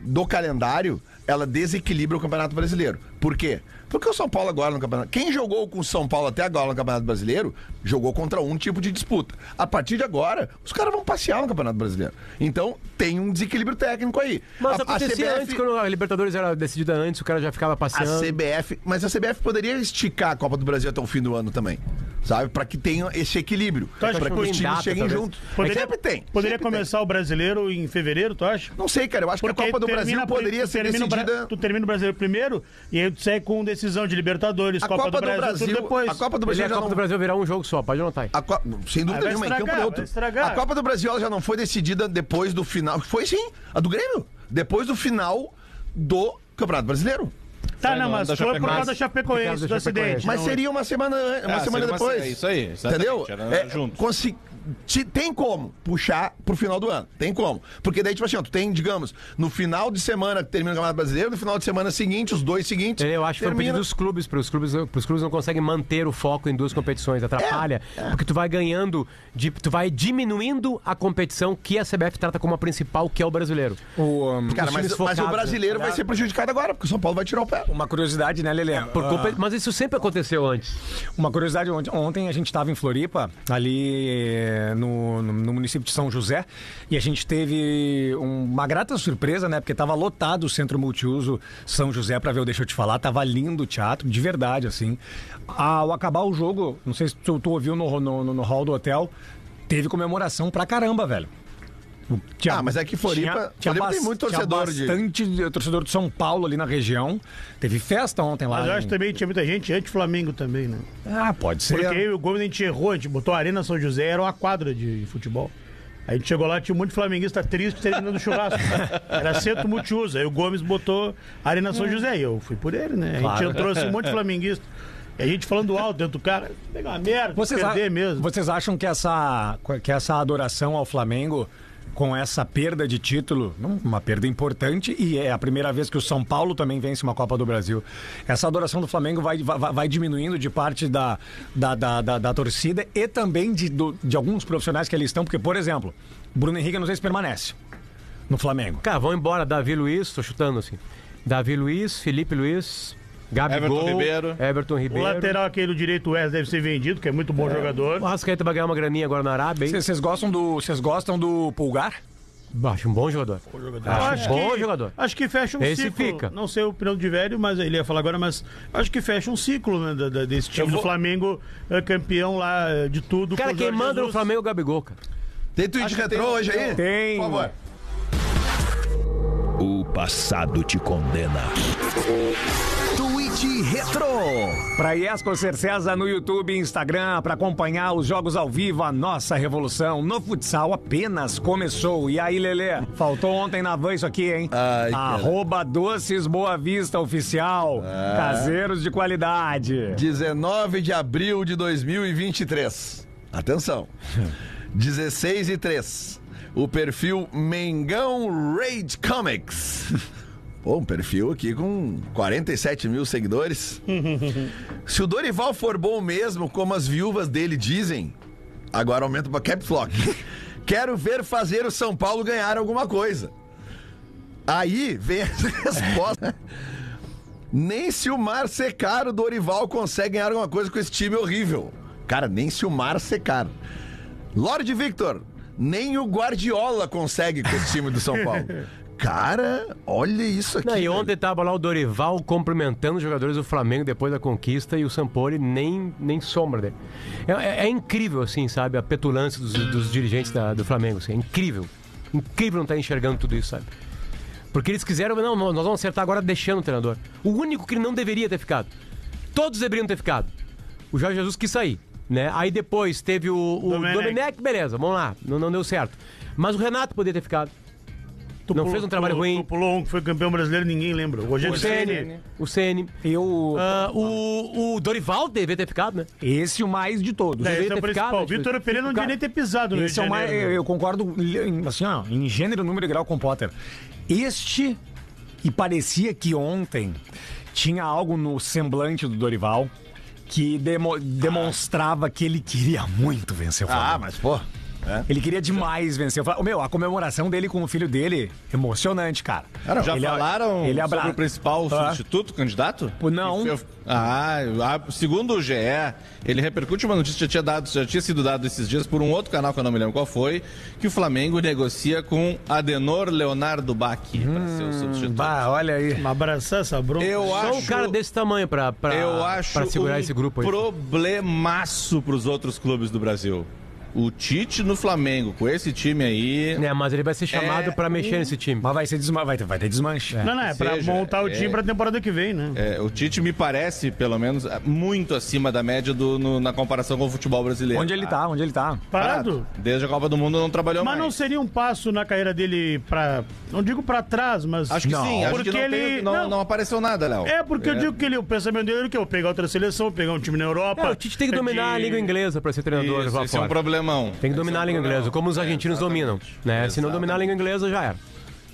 Speaker 6: do calendário, ela desequilibra o Campeonato Brasileiro. Por quê? Porque o São Paulo agora no Campeonato. Quem jogou com o São Paulo até agora no Campeonato Brasileiro, jogou contra um tipo de disputa. A partir de agora, os caras vão passear no Campeonato Brasileiro. Então, tem um desequilíbrio técnico aí.
Speaker 4: Mas
Speaker 6: a, a
Speaker 4: acontecia
Speaker 6: CBF
Speaker 4: antes, quando a Libertadores era decidida antes, o cara já ficava
Speaker 6: a
Speaker 4: passeando.
Speaker 6: CBF, mas a CBF poderia esticar a Copa do Brasil até o fim do ano também. Sabe? Pra que tenha esse equilíbrio. Pra
Speaker 3: acha
Speaker 6: que
Speaker 3: que
Speaker 6: os
Speaker 3: tem
Speaker 6: times
Speaker 4: data,
Speaker 6: cheguem
Speaker 4: talvez?
Speaker 6: juntos.
Speaker 3: Poderia,
Speaker 6: sempre tem.
Speaker 3: Poderia
Speaker 6: sempre tem.
Speaker 3: começar o brasileiro em fevereiro, tu acha?
Speaker 6: Não sei, cara. Eu acho que a
Speaker 3: aí
Speaker 6: Copa do
Speaker 3: termina
Speaker 6: Brasil
Speaker 3: a-
Speaker 6: poderia
Speaker 3: tu
Speaker 6: ser
Speaker 3: termina o Bra-
Speaker 6: decidida.
Speaker 3: Tu termina o brasileiro primeiro e aí tu sai com decisão de Libertadores,
Speaker 6: A
Speaker 3: Copa, do Brasil, tudo depois.
Speaker 6: a Copa do
Speaker 4: Ele
Speaker 6: Brasil
Speaker 4: é a
Speaker 6: já
Speaker 4: Copa
Speaker 6: não
Speaker 4: do Brasil virar um jogo só, pode anotar aí.
Speaker 6: A co- Sem
Speaker 3: Ah,
Speaker 6: dúvida
Speaker 3: vai
Speaker 6: nenhuma, em campo
Speaker 3: estragar,
Speaker 6: neutro.
Speaker 3: vai estragar.
Speaker 6: A Copa do Brasil ela já não foi decidida depois do final. Foi sim, a do Grêmio. Depois do final do Campeonato Brasileiro.
Speaker 3: Tá,
Speaker 5: Vai
Speaker 3: não,
Speaker 5: no
Speaker 3: mas
Speaker 5: ano da
Speaker 3: foi por causa
Speaker 5: Chapecoense.
Speaker 3: da Chapecoense,
Speaker 4: Por causa
Speaker 3: do
Speaker 4: da
Speaker 3: acidente.
Speaker 4: Chapecoense.
Speaker 6: Mas
Speaker 3: não-
Speaker 6: seria uma semana, uma
Speaker 5: Ah,
Speaker 6: semana
Speaker 5: seria uma-
Speaker 6: depois.
Speaker 5: é isso aí, exatamente,
Speaker 6: Entendeu?
Speaker 5: era
Speaker 6: É,
Speaker 5: junto.
Speaker 6: consi- ti- tem como puxar pro final do ano. Tem como. Porque daí, tipo assim, ó, tu tem, digamos, no final de semana que termina o Campeonato Brasileiro, no final de semana seguinte, os dois seguintes.
Speaker 4: Eu acho que foi um
Speaker 6: termina-
Speaker 4: pedido dos clubes, para os clubes, pros clubes não conseguem manter o foco em duas competições, atrapalha, porque tu vai ganhando, de- tu vai diminuindo a competição que a CBF trata como a principal, que é o brasileiro.
Speaker 2: O, um,
Speaker 6: Cara,
Speaker 4: os
Speaker 6: mas,
Speaker 4: times
Speaker 6: mas
Speaker 4: focados, né?
Speaker 6: o brasileiro
Speaker 3: Tá.
Speaker 6: vai ser prejudicado agora, porque o São Paulo vai tirar o pé.
Speaker 2: uma curiosidade, né, Lelê?
Speaker 4: Por
Speaker 2: Ah,
Speaker 4: compe- Mas isso sempre aconteceu antes.
Speaker 2: Uma curiosidade, ont- ontem a gente estava em Floripa, ali eh, no, no- no município de São José, e a gente teve um- uma grata surpresa, né? Porque estava lotado o Centro Multiuso São José para ver o Deixa Eu Te Falar, tava lindo o teatro, de verdade, assim. Ao acabar o jogo, não sei se tu, tu ouviu no, no, no- no hall do hotel, teve comemoração pra caramba, velho. Tinha-
Speaker 6: Ah, mas é que Floripa- Floripa tem
Speaker 2: bas-
Speaker 6: muito
Speaker 2: tinha
Speaker 6: torcedor de-
Speaker 2: bastante de... torcedor de São Paulo ali na região. Teve festa ontem lá.
Speaker 3: Mas eu acho
Speaker 2: em-
Speaker 3: que também tinha muita gente anti-Flamengo também, né?
Speaker 2: Ah, pode ser.
Speaker 3: Porque aí o Gomes a gente errou, a gente botou a Arena São José, era uma quadra de futebol. Aí a gente chegou lá, tinha um monte de flamenguista triste terminando o
Speaker 6: (laughs)
Speaker 3: churrasco. Era centro multiuso. Aí o Gomes botou a Arena São José. E eu fui por ele, né? A gente
Speaker 2: Claro.
Speaker 3: entrou assim, um monte de flamenguista. E a gente falando alto dentro do cara, pegar uma merda,
Speaker 2: Vocês, a-
Speaker 3: perder mesmo.
Speaker 2: vocês acham que essa, que essa adoração ao Flamengo, com essa perda de título, não, uma perda importante, e é a primeira vez que o São Paulo também vence uma Copa do Brasil, essa adoração do Flamengo vai, vai, vai diminuindo de parte da, da, da, da- da torcida e também de, do- de alguns profissionais que ali estão? Porque, por exemplo, Bruno Henrique, eu não sei se permanece no Flamengo.
Speaker 4: Cara, vão embora Davi Luiz, tô chutando assim. Davi Luiz, Felipe Luiz, Gabigol,
Speaker 5: Everton Ribeiro.
Speaker 4: Everton
Speaker 3: O
Speaker 4: Ribeiro.
Speaker 3: lateral aquele direito West deve ser vendido, que é muito bom jogador.
Speaker 4: O Arrascaeta vai ganhar uma graninha agora na Arábia, hein?
Speaker 2: Vocês vocês gostam do, vocês gostam do Pulgar?
Speaker 4: Acho um bom jogador.
Speaker 3: Eu
Speaker 4: Acho um bom jogador.
Speaker 3: Acho que fecha um
Speaker 4: Esse
Speaker 3: ciclo.
Speaker 4: fica.
Speaker 3: Não sei o opinião de velho, mas ele ia falar agora, mas acho que fecha um ciclo né, da- da- desse time
Speaker 5: Eu vou-
Speaker 3: do Flamengo, é, campeão lá é, de tudo.
Speaker 4: Cara,
Speaker 3: com o
Speaker 4: quem
Speaker 3: Jorge
Speaker 4: manda no
Speaker 3: Jesus.
Speaker 4: Flamengo é o Gabigol, cara.
Speaker 6: Tem tweet retrô hoje aí?
Speaker 2: Tem.
Speaker 6: Por favor.
Speaker 1: O passado te condena.
Speaker 6: Tweet retrô.
Speaker 2: Para Iesco Cercesa no YouTube e Instagram, para acompanhar os jogos ao vivo, a nossa revolução no futsal apenas começou. E aí, Lelê, faltou ontem na van isso aqui, hein?
Speaker 6: Ai, cara.
Speaker 2: Arroba Doces Boa Vista Oficial. Caseiros de qualidade.
Speaker 6: 19 de abril de 2023. Atenção. (laughs) 16 e 3. O perfil Mengão Raid (laughs) Comics. Pô, um perfil aqui com 47 mil (laughs) seguidores. Se o Dorival for bom mesmo, como as viúvas dele dizem, Agora aumenta pra Cap (laughs) Flock. Quero ver fazer o São Paulo ganhar alguma coisa. Aí vem a (laughs) resposta. Nem se o mar secar, o Dorival consegue ganhar alguma coisa com esse time horrível. Cara, nem se o mar secar. Lorde Victor, nem o Guardiola consegue com esse time do São Paulo. Cara, olha isso aqui.
Speaker 4: Não, e
Speaker 6: velho.
Speaker 4: ontem tava lá o Dorival cumprimentando os jogadores do Flamengo depois da conquista e o Sampoli nem, nem sombra dele. É, é- é incrível, assim, sabe? A petulância dos, dos dirigentes da- do Flamengo. Assim, é incrível. Incrível não estar enxergando tudo isso, sabe? Porque eles quiseram, não, não, nós vamos acertar agora deixando o treinador. O único que não deveria ter ficado. Todos deveriam ter ficado. O Jorge Jesus quis sair, né? Aí depois teve o, o
Speaker 3: Domenech.
Speaker 4: Domenech. beleza, vamos lá, não, não deu certo. Mas o Renato poderia ter ficado. não fez um trabalho
Speaker 3: tu-
Speaker 4: ruim.
Speaker 3: Tu pulou um que foi campeão brasileiro, ninguém lembra. O Rogério
Speaker 4: O CN,
Speaker 3: Ceni.
Speaker 4: o CN.
Speaker 2: Eu.
Speaker 4: Ah, o, o Dorival deveria ter ficado, né?
Speaker 2: Esse o mais de todos.
Speaker 3: Esse é
Speaker 4: ter
Speaker 3: o principal.
Speaker 4: ficado,
Speaker 3: O Vitor
Speaker 4: tipo,
Speaker 3: Pereira não devia
Speaker 4: cara,
Speaker 3: nem ter pisado no Rio de
Speaker 2: Esse é o mais.
Speaker 3: Janeiro,
Speaker 2: Eu,
Speaker 3: né?
Speaker 2: eu concordo, em- assim, ó, em gênero, número e grau com Potter. Este, e parecia que ontem tinha algo no semblante do Dorival que demo- demonstrava que ele queria muito vencer o Flamengo.
Speaker 6: Ah, mas pô. é.
Speaker 2: Ele queria demais vencer. o Flamengo. Meu, a comemoração dele com o filho dele, emocionante, cara.
Speaker 5: Já
Speaker 2: Ele-
Speaker 5: falaram
Speaker 2: ele abra-
Speaker 5: sobre o principal
Speaker 2: Ah.
Speaker 5: substituto, candidato?
Speaker 2: Pô, não.
Speaker 5: Eu- Ah, eu- ah, segundo o GE, ele repercute uma notícia que já tinha, dado, já tinha sido dado esses dias por um outro canal que eu não me lembro qual foi, que o Flamengo negocia com Adenor Leonardo Bach para ser o substituto.
Speaker 2: Bah, olha aí.
Speaker 3: Mas Abraçar essa bronca.
Speaker 5: Eu
Speaker 4: Hum, Só um
Speaker 5: acho-
Speaker 4: cara desse tamanho pra, pra,
Speaker 5: Eu acho
Speaker 4: pra segurar
Speaker 5: um
Speaker 4: esse grupo aí.
Speaker 5: problemaço pros outros clubes do Brasil. O Tite no Flamengo, com esse time aí.
Speaker 4: Né, mas ele vai ser chamado
Speaker 5: É
Speaker 4: pra mexer nesse time.
Speaker 2: Mas vai, ser desma... vai, ter, vai ter desmanche.
Speaker 3: Não, não, é pra
Speaker 5: Seja,
Speaker 3: montar o
Speaker 5: é-
Speaker 3: time pra temporada que vem, né?
Speaker 5: é, o Tite me parece, pelo menos, muito acima da média do- no- na comparação com o futebol brasileiro. Ah,
Speaker 2: Onde ele tá? Onde ele tá?
Speaker 3: Parado.
Speaker 5: Desde a Copa do Mundo não trabalhou
Speaker 3: Mas não
Speaker 5: mais.
Speaker 3: seria um passo na carreira dele pra. Não digo pra trás, mas.
Speaker 5: Acho que sim, acho
Speaker 3: porque
Speaker 5: que não,
Speaker 3: ele.
Speaker 5: tem- não- não apareceu nada, Léo.
Speaker 3: É, porque eu digo que ele, o pensamento dele era que eu pegar outra seleção, pegar um time na Europa.
Speaker 4: É, o Tite tem que dominar a
Speaker 3: de-
Speaker 4: língua inglesa pra ser treinador
Speaker 5: Isso,
Speaker 4: lá
Speaker 5: esse é um
Speaker 4: fora.
Speaker 5: problemão.
Speaker 4: Tem que dominar a língua inglesa, como os
Speaker 5: É,
Speaker 4: argentinos dominam. Né? Se não dominar a língua inglesa, já era.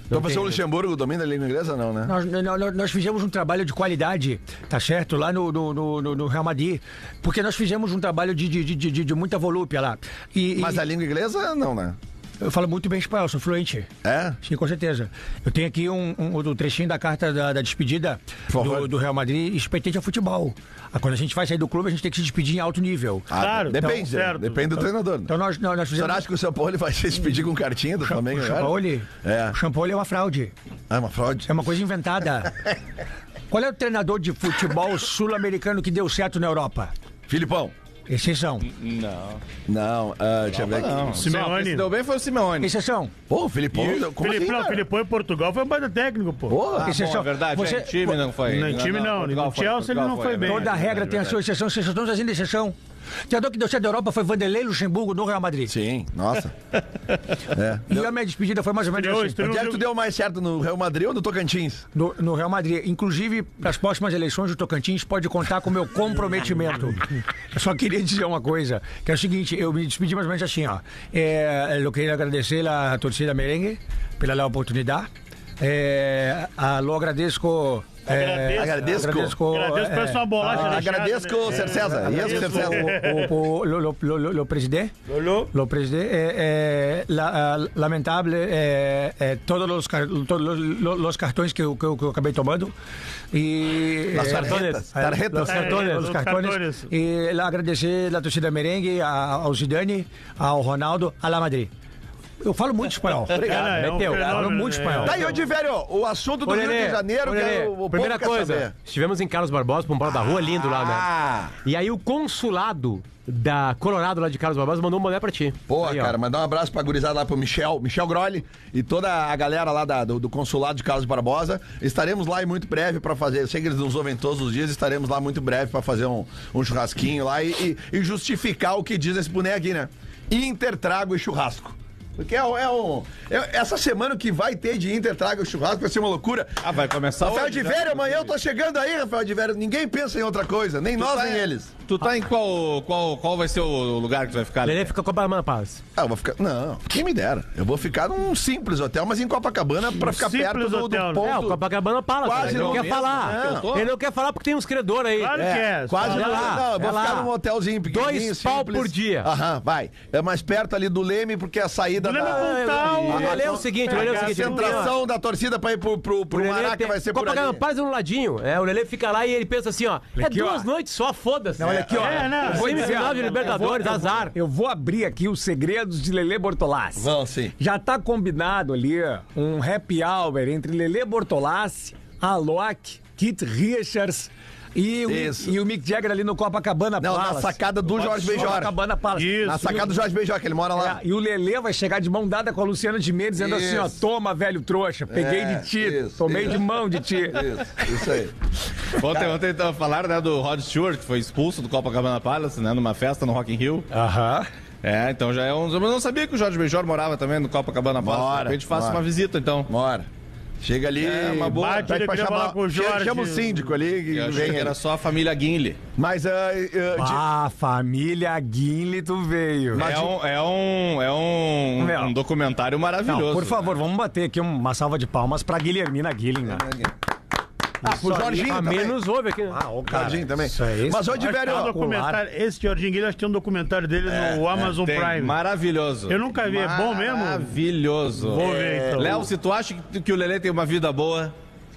Speaker 6: Então, pra ser o
Speaker 4: tem-
Speaker 6: Luxemburgo domina a língua inglesa, não, né?
Speaker 2: Nós, nós- nós fizemos um trabalho de qualidade, tá certo? Lá no, no, no- no- no Real Madrid. Porque nós fizemos um trabalho de, de, de- de- de muita volúpia lá. E,
Speaker 6: Mas
Speaker 2: e-
Speaker 6: a língua inglesa, não, né?
Speaker 2: eu falo muito bem espanhol, sou fluente.
Speaker 6: É?
Speaker 2: Sim, com certeza. Eu tenho aqui um, um- um trechinho da carta da, da despedida
Speaker 6: Por favor.
Speaker 2: do, do Real Madrid, expetente a futebol. Ah, Quando a gente vai sair do clube, a gente tem que se despedir em alto nível.
Speaker 6: Ah,
Speaker 3: Claro,
Speaker 6: depende,
Speaker 3: então,
Speaker 6: né?
Speaker 3: certo.
Speaker 6: depende do treinador. né?
Speaker 2: Então nós, nós, nós
Speaker 6: O senhor
Speaker 2: fizemos.
Speaker 6: acha que o São Paulo vai se despedir com cartinha do Flamengo?
Speaker 2: O
Speaker 6: agora?
Speaker 2: Champaoli?
Speaker 6: É.
Speaker 2: O Champaoli é uma fraude.
Speaker 6: Ah, é uma fraude.
Speaker 2: É uma coisa inventada. Qual é o treinador de futebol sul-americano que deu certo na Europa?
Speaker 6: Filipão.
Speaker 2: Exceção.
Speaker 5: Não.
Speaker 6: Não, ah, deixa eu ver
Speaker 5: não.
Speaker 6: aqui.
Speaker 3: Simeone.
Speaker 5: Não, quem se deu bem foi o Simeone.
Speaker 2: Exceção.
Speaker 6: Pô, o Filipão.
Speaker 3: E o
Speaker 6: como
Speaker 3: Felipe,
Speaker 6: assim,
Speaker 3: não, o
Speaker 6: cara?
Speaker 3: Filipão em Portugal foi um baita técnico, pô.
Speaker 6: Pô,
Speaker 5: Ah,
Speaker 2: Exceção.
Speaker 5: bom, é verdade,
Speaker 2: Você-
Speaker 5: é, em time não foi.
Speaker 3: Não, em time não,
Speaker 5: Portugal
Speaker 3: no
Speaker 5: foi,
Speaker 3: Chelsea ele
Speaker 5: Portugal
Speaker 3: não foi
Speaker 5: é
Speaker 3: bem.
Speaker 2: Toda
Speaker 5: verdade,
Speaker 2: regra
Speaker 5: é
Speaker 2: tem a sua
Speaker 5: verdade.
Speaker 2: exceção, exceção, todas ainda assim, exceção. O treinador que deu certo da Europa foi Vanderlei Luxemburgo no Real Madrid.
Speaker 6: Sim, nossa. é.
Speaker 2: E a minha despedida foi mais ou menos
Speaker 3: Estreou,
Speaker 2: assim.
Speaker 3: estreou.
Speaker 6: Onde é que tu deu mais certo, no Real Madrid ou no Tocantins?
Speaker 2: No, no Real Madrid. Inclusive, para as próximas eleições do Tocantins, pode contar com o meu comprometimento. Eu só queria dizer uma coisa, que é o seguinte, eu me despedi mais ou menos assim, ó. É, eu queria agradecer à torcida merengue pela oportunidade. É, a lo é, agradeço...
Speaker 3: Agradeço.
Speaker 6: Agradeço.
Speaker 3: Agradeço,
Speaker 2: é,
Speaker 3: parece uma bolacha.
Speaker 6: Ah,
Speaker 3: recheada,
Speaker 6: agradeço,
Speaker 3: né?
Speaker 6: Sir César. Yes, Sir
Speaker 3: Agradeço.
Speaker 6: César.
Speaker 2: o, o- lo, lo- lo- lo- lo presidente.
Speaker 3: Olhou.
Speaker 2: Lo presidente. eh, eh, la- ah, lamentável eh, eh, todos, os, car- todos os, lo- los cartões que eu, que, eu, que eu acabei tomando. E,
Speaker 6: Las
Speaker 2: eh,
Speaker 6: tarjetas.
Speaker 2: eh,
Speaker 6: Tarjetas.
Speaker 2: Los cartões.
Speaker 3: Los
Speaker 2: Los cartões.
Speaker 3: cartões.
Speaker 2: E lá agradecer a torcida merengue, a- ao Zidane, ao Ronaldo, a La Madrid. Eu falo muito (laughs) espanhol.
Speaker 6: Obrigado.
Speaker 3: Cara, é um
Speaker 4: Meteu.
Speaker 2: Falo
Speaker 3: fenômeno,
Speaker 2: muito
Speaker 3: né?
Speaker 2: espanhol.
Speaker 6: Daí, Tá ô de velho, o assunto do
Speaker 4: Ô,
Speaker 6: Rio
Speaker 4: Lelê,
Speaker 6: de Janeiro,
Speaker 4: ô,
Speaker 6: que
Speaker 4: Lelê,
Speaker 6: é o, o
Speaker 4: primeira
Speaker 6: povo quer
Speaker 4: coisa,
Speaker 6: saber.
Speaker 4: estivemos em Carlos Barbosa, pra um bola da rua, lindo lá, né?
Speaker 6: Ah,
Speaker 4: E aí o consulado da Colorado, lá de Carlos Barbosa, mandou um boné pra ti.
Speaker 6: Pô,
Speaker 4: Aí, ó.
Speaker 6: cara, mandar um abraço pra gurizada lá pro Michel, Michel Grolli e toda a galera lá da- do, do consulado de Carlos Barbosa. Estaremos lá em muito breve pra fazer. Eu sei que eles nos ouvem todos os dias, estaremos lá muito breve pra fazer um, um churrasquinho lá e, e- e justificar o que diz esse boneco aqui, né? Intertrago e churrasco. Porque é, um- é um. é- essa semana o que vai ter de Intertrago e churrasco vai ser uma loucura.
Speaker 5: Ah, vai começar
Speaker 6: Rafael
Speaker 5: hoje,
Speaker 6: é de
Speaker 5: né?
Speaker 6: Velho, amanhã eu tô chegando aí, Rafael de Velho. Ninguém pensa em outra coisa, nem nós, nem eles.
Speaker 5: Tu tá em qual, qual, qual vai ser o lugar que tu vai ficar?
Speaker 4: Lelê
Speaker 5: Lelê?
Speaker 4: fica com a Barman Paz.
Speaker 6: Ah, eu vou ficar. Não, quem me dera. Eu vou ficar num simples hotel, mas em Copacabana, pra ficar
Speaker 3: simples
Speaker 6: perto do, do
Speaker 3: hotel, né?
Speaker 6: ponto.
Speaker 4: É, o Copacabana fala, cara.
Speaker 6: Quase
Speaker 4: ele não
Speaker 6: não
Speaker 4: quer
Speaker 6: mesmo,
Speaker 4: falar.
Speaker 6: né?
Speaker 5: Eu tô.
Speaker 4: Ele não quer falar porque tem uns credores aí.
Speaker 3: Claro que é.
Speaker 6: Quase
Speaker 4: Vai
Speaker 6: não,
Speaker 4: lá,
Speaker 6: não, eu
Speaker 4: vai
Speaker 6: vou ficar
Speaker 4: lá.
Speaker 6: num hotelzinho pequenininho.
Speaker 4: Dois pau
Speaker 6: simples.
Speaker 4: por dia.
Speaker 6: Aham, vai. É mais perto ali do Leme, porque a saída
Speaker 3: Do Leme é
Speaker 6: da...
Speaker 3: bom.
Speaker 4: Ah,
Speaker 3: Então,
Speaker 4: o Lelê é o seguinte, o Lelê é o
Speaker 6: A
Speaker 4: seguinte. ele tem uma-
Speaker 6: concentração da torcida pra ir pro, pro, pro
Speaker 4: Lelê
Speaker 6: Maraca
Speaker 4: tem-
Speaker 6: vai ser por ali.
Speaker 4: Copacabana Palace é um ladinho. É, o Lelê fica lá e ele pensa assim, ó. é
Speaker 2: aqui,
Speaker 4: duas
Speaker 2: ó.
Speaker 4: noites só, foda-se.
Speaker 2: Olha aqui, ó.
Speaker 3: É, né?
Speaker 2: Eu vou dizer,
Speaker 4: Semifinal
Speaker 2: ó,
Speaker 4: de Libertadores,
Speaker 2: eu vou-
Speaker 4: azar.
Speaker 2: Eu vou abrir aqui os segredos de Lelê Bortolassi.
Speaker 6: Vamos, sim.
Speaker 2: Já tá combinado ali um happy hour entre Lelê Bortolassi, Alok, Kit Richards e o,
Speaker 6: Isso.
Speaker 2: e o Mick Jagger ali no Copacabana
Speaker 6: Não,
Speaker 2: Palace.
Speaker 6: na sacada do Jorge Benjora.
Speaker 2: Copacabana Palace.
Speaker 3: Isso.
Speaker 6: Na sacada do Jorge Benjora, que ele mora lá.
Speaker 2: É, e o Lelê vai chegar de mão dada com a Luciana de Mendes, dizendo assim, ó,
Speaker 6: Isso.
Speaker 2: toma, velho trouxa, peguei
Speaker 6: É,
Speaker 2: de ti,
Speaker 6: isso,
Speaker 2: tomei
Speaker 6: isso.
Speaker 2: de mão de ti.
Speaker 4: É.
Speaker 6: Isso, isso aí.
Speaker 5: Ontem, ontem então, falaram né, do Rod Stewart, que foi expulso do Copacabana Palace, né? Numa festa no Rock in Rio.
Speaker 2: Aham.
Speaker 5: É, então já é um... Mas eu não sabia que o Jorge Benjor morava também no Copacabana Palace.
Speaker 6: Mora,
Speaker 5: de repente faça
Speaker 6: mora.
Speaker 5: uma visita, então.
Speaker 6: Mora. Chega ali, é
Speaker 5: uma boa.
Speaker 3: Bate, ele queria falar com o Jorge.
Speaker 6: Chama o síndico ali que
Speaker 5: Eu achei
Speaker 6: vem
Speaker 5: que
Speaker 6: ali.
Speaker 5: era só a família Guinle.
Speaker 6: Mas ah, ah, de-
Speaker 2: Ah, família Guinle, tu veio.
Speaker 5: É um, é um, é um,
Speaker 2: Não.
Speaker 5: um documentário
Speaker 2: Não,
Speaker 5: maravilhoso.
Speaker 2: por favor, vamos bater aqui um- uma salva de palmas pra Guilhermina né? Guilherme.
Speaker 6: ah, pro Jorginho
Speaker 4: A
Speaker 6: também.
Speaker 4: menos ouve aqui, né?
Speaker 2: o
Speaker 6: Jorginho também.
Speaker 2: Isso é
Speaker 6: Mas hoje,
Speaker 3: Acho que tem um
Speaker 6: velho,
Speaker 3: documentário, esse Jorginho Guilherme, acho que tem um documentário dele no Amazon
Speaker 5: Tem,
Speaker 3: Prime.
Speaker 5: Maravilhoso.
Speaker 3: Eu nunca vi, é bom mesmo?
Speaker 5: Maravilhoso. É.
Speaker 3: Vou ver, então.
Speaker 5: Léo, se tu acha que, que o Lelê tem uma vida boa,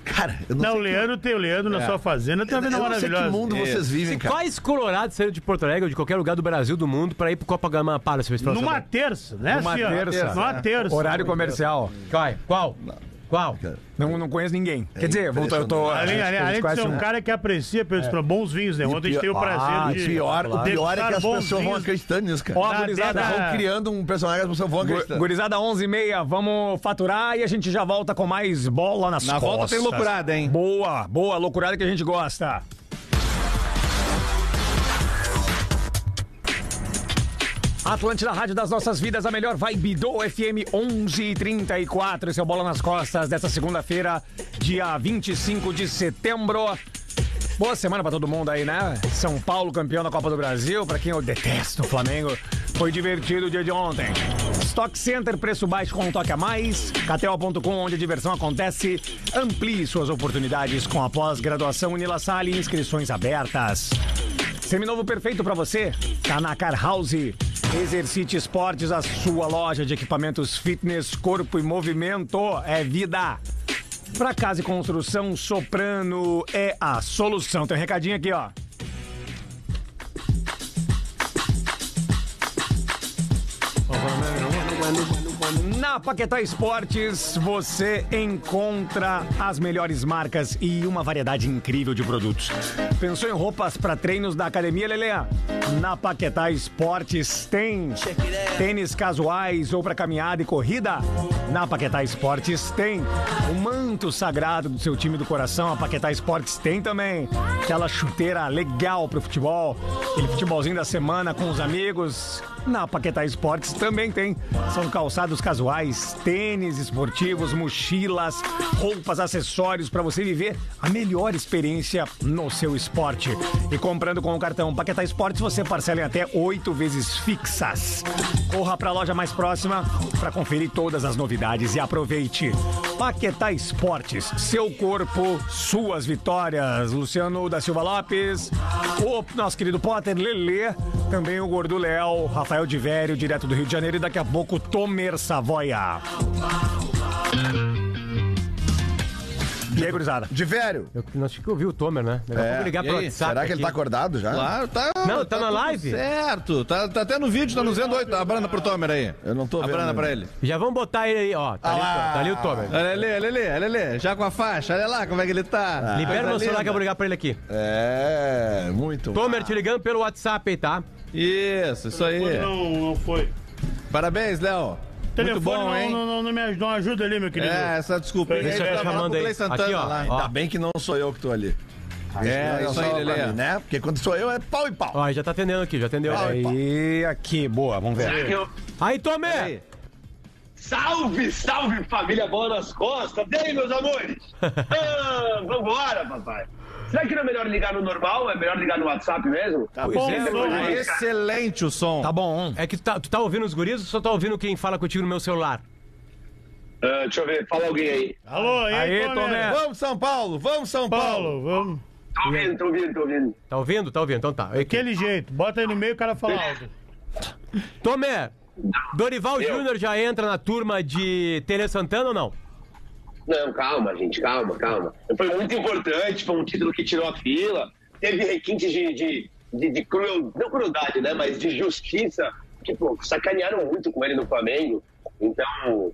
Speaker 6: cara, eu não,
Speaker 3: Não, o
Speaker 6: sei,
Speaker 3: Leandro tem o Leandro na sua fazenda, tá
Speaker 6: eu
Speaker 3: vendo
Speaker 6: não sei que
Speaker 3: maravilhosa.
Speaker 6: mundo vocês vivem, cara.
Speaker 4: Quais colorados saíram de Porto Alegre ou de qualquer lugar do Brasil, do mundo, pra ir pro Copacabana Palace? esse final de
Speaker 3: Numa
Speaker 4: semana?
Speaker 3: terça, né,
Speaker 2: Numa
Speaker 3: senhora?
Speaker 2: terça.
Speaker 3: Numa terça.
Speaker 2: Horário comercial.
Speaker 4: Qual? Qual? Qual?
Speaker 2: Não, não conheço ninguém. Quer dizer, vou- eu tô.
Speaker 3: Além, além, além de ser
Speaker 2: né?
Speaker 3: um cara que aprecia pelos bons vinhos, né? Ontem a gente teve o
Speaker 2: Ah,
Speaker 3: prazer de.
Speaker 6: Pior, o pior é que
Speaker 3: degustar
Speaker 6: as
Speaker 3: bons
Speaker 6: pessoas vão
Speaker 3: vinhos.
Speaker 6: acreditando nisso, cara.
Speaker 3: Ó, é.
Speaker 6: Elas
Speaker 3: gurizada.
Speaker 6: vão criando um personagem, as pessoas vão
Speaker 2: Gu-
Speaker 6: acreditando.
Speaker 2: Gurizada 11h30, vamos faturar e a gente já volta com mais bola nas
Speaker 5: na
Speaker 2: costas.
Speaker 5: volta tem loucurada, hein?
Speaker 2: Boa, boa, loucurada que a gente gosta. Atlântida Rádio das Nossas Vidas, a melhor vibe do FM 1134. Esse é o Bola nas Costas dessa segunda-feira, dia 25 de setembro. Boa semana pra todo mundo aí, né? São Paulo campeão da Copa do Brasil, pra quem eu detesto o Flamengo. Foi divertido o dia de ontem. Stock Center, preço baixo com um toque a mais. KTO.com, onde a diversão acontece. Amplie suas oportunidades com a pós-graduação Unila Salle, inscrições abertas. Seminovo perfeito pra você? Tá na Car House. Exercite Esportes, a sua loja de equipamentos fitness, corpo e movimento. É vida. Pra casa e construção, Soprano é a solução. Tem um recadinho aqui, ó. Na Paquetá Esportes você encontra as melhores marcas e uma variedade incrível de produtos. Pensou em roupas para treinos da academia, Lelê? Na Paquetá Esportes tem tênis casuais ou para caminhada e corrida. Na Paquetá Esportes tem o manto sagrado do seu time do coração. A Paquetá Esportes tem também aquela chuteira legal pro futebol, aquele futebolzinho da semana com os amigos. Na Paquetá Esportes também tem. São calçados casuais, tênis esportivos, mochilas, roupas, acessórios para você viver a melhor experiência no seu esporte. E comprando com o cartão Paquetá Esportes, você parcela em é até oito vezes fixas. Corra para a loja mais próxima para conferir todas as novidades e aproveite. Paquetá Esportes, seu corpo, suas vitórias. Luciano da Silva Lopes, o nosso querido Potter, Lelê, também o Gordo Léo, Rafael de Vério, direto do Rio de Janeiro, e daqui a pouco Tomer Savoia. E aí, gurizada?
Speaker 6: De velho.
Speaker 4: Eu, nós tínhamos que ouvir o Tomer, né? Daqui a pouco ligar
Speaker 5: E
Speaker 4: pro
Speaker 5: aí,
Speaker 4: WhatsApp.
Speaker 6: Será que ele tá
Speaker 4: aqui.
Speaker 6: acordado já?
Speaker 5: Claro, tá.
Speaker 4: Não, tá na
Speaker 5: tudo
Speaker 4: live.
Speaker 5: Certo. Tá, tá até no vídeo, tá nos vendo oito. A Branda pro Tomer aí.
Speaker 6: Eu não tô
Speaker 5: A
Speaker 6: vendo,
Speaker 5: Branda
Speaker 6: né?
Speaker 5: pra ele.
Speaker 4: Já vamos botar ele aí, ó. Tá, ali,
Speaker 6: lá.
Speaker 4: tá ali o Tomer.
Speaker 5: Olha ali, olha ali, olha ali. Já com a faixa, olha lá como é que ele tá.
Speaker 4: Libera o
Speaker 5: Coisa
Speaker 4: meu celular que eu
Speaker 5: linda.
Speaker 4: vou ligar pra ele aqui.
Speaker 6: É, muito.
Speaker 4: Tomer, te ligando pelo WhatsApp aí, tá?
Speaker 5: Isso, isso aí.
Speaker 3: Não, não foi.
Speaker 5: Parabéns, Léo. Muito
Speaker 3: Telefone
Speaker 5: bom,
Speaker 3: não,
Speaker 5: hein?
Speaker 3: não, não, não me ajuda, não ajuda ali, meu querido.
Speaker 5: É, essa desculpa. aí.
Speaker 3: Deixa
Speaker 5: Ele
Speaker 3: eu
Speaker 5: tava
Speaker 4: chamando
Speaker 5: falando com
Speaker 4: aí.
Speaker 5: o Clay Santana
Speaker 4: Aqui, ó,
Speaker 5: lá.
Speaker 4: ó.
Speaker 6: Ainda bem que não sou eu que tô ali.
Speaker 5: É,
Speaker 6: Não
Speaker 5: isso
Speaker 6: só
Speaker 5: aí,
Speaker 6: pra
Speaker 5: Lelê.
Speaker 6: mim, né? Porque quando sou eu é pau e pau.
Speaker 4: Ó, ele já tá atendendo aqui, já atendeu. Aí,
Speaker 2: E aqui, boa, vamos ver.
Speaker 4: aí Tomer!
Speaker 5: Aí.
Speaker 7: Salve,
Speaker 2: (laughs)
Speaker 7: salve família Bola nas Costas! E aí, meus amores? ah, vambora, papai! Será que não é melhor ligar no normal? É melhor ligar no WhatsApp mesmo?
Speaker 3: Tá bom,
Speaker 2: é,
Speaker 3: Zola.
Speaker 5: Tá Excelente o som.
Speaker 2: Tá bom.
Speaker 4: É que tu tá, tu tá ouvindo os guris ou só tá ouvindo quem fala contigo no meu celular?
Speaker 7: Ah, deixa eu ver, fala alguém aí.
Speaker 3: Alô, e aí,
Speaker 2: Aê, Tomé.
Speaker 6: Vamos, São Paulo! Vamos, São Paulo!
Speaker 3: Paulo, vamos.
Speaker 7: Tô ouvindo, tô ouvindo, tô ouvindo.
Speaker 4: Tá ouvindo? Tá ouvindo, então tá. É que-
Speaker 3: Aquele jeito. Bota aí no meio e o cara fala alto.
Speaker 4: Tomé, Dorival
Speaker 7: Eu.
Speaker 4: Júnior já entra na turma de Tele Santana ou não?
Speaker 7: Não, calma, gente, calma, calma. Foi muito importante, foi um título que tirou a fila. Teve requinte de, de, de, de cruel, não crueldade, né? Mas de justiça, que, pô, sacanearam muito com ele no Flamengo. Então,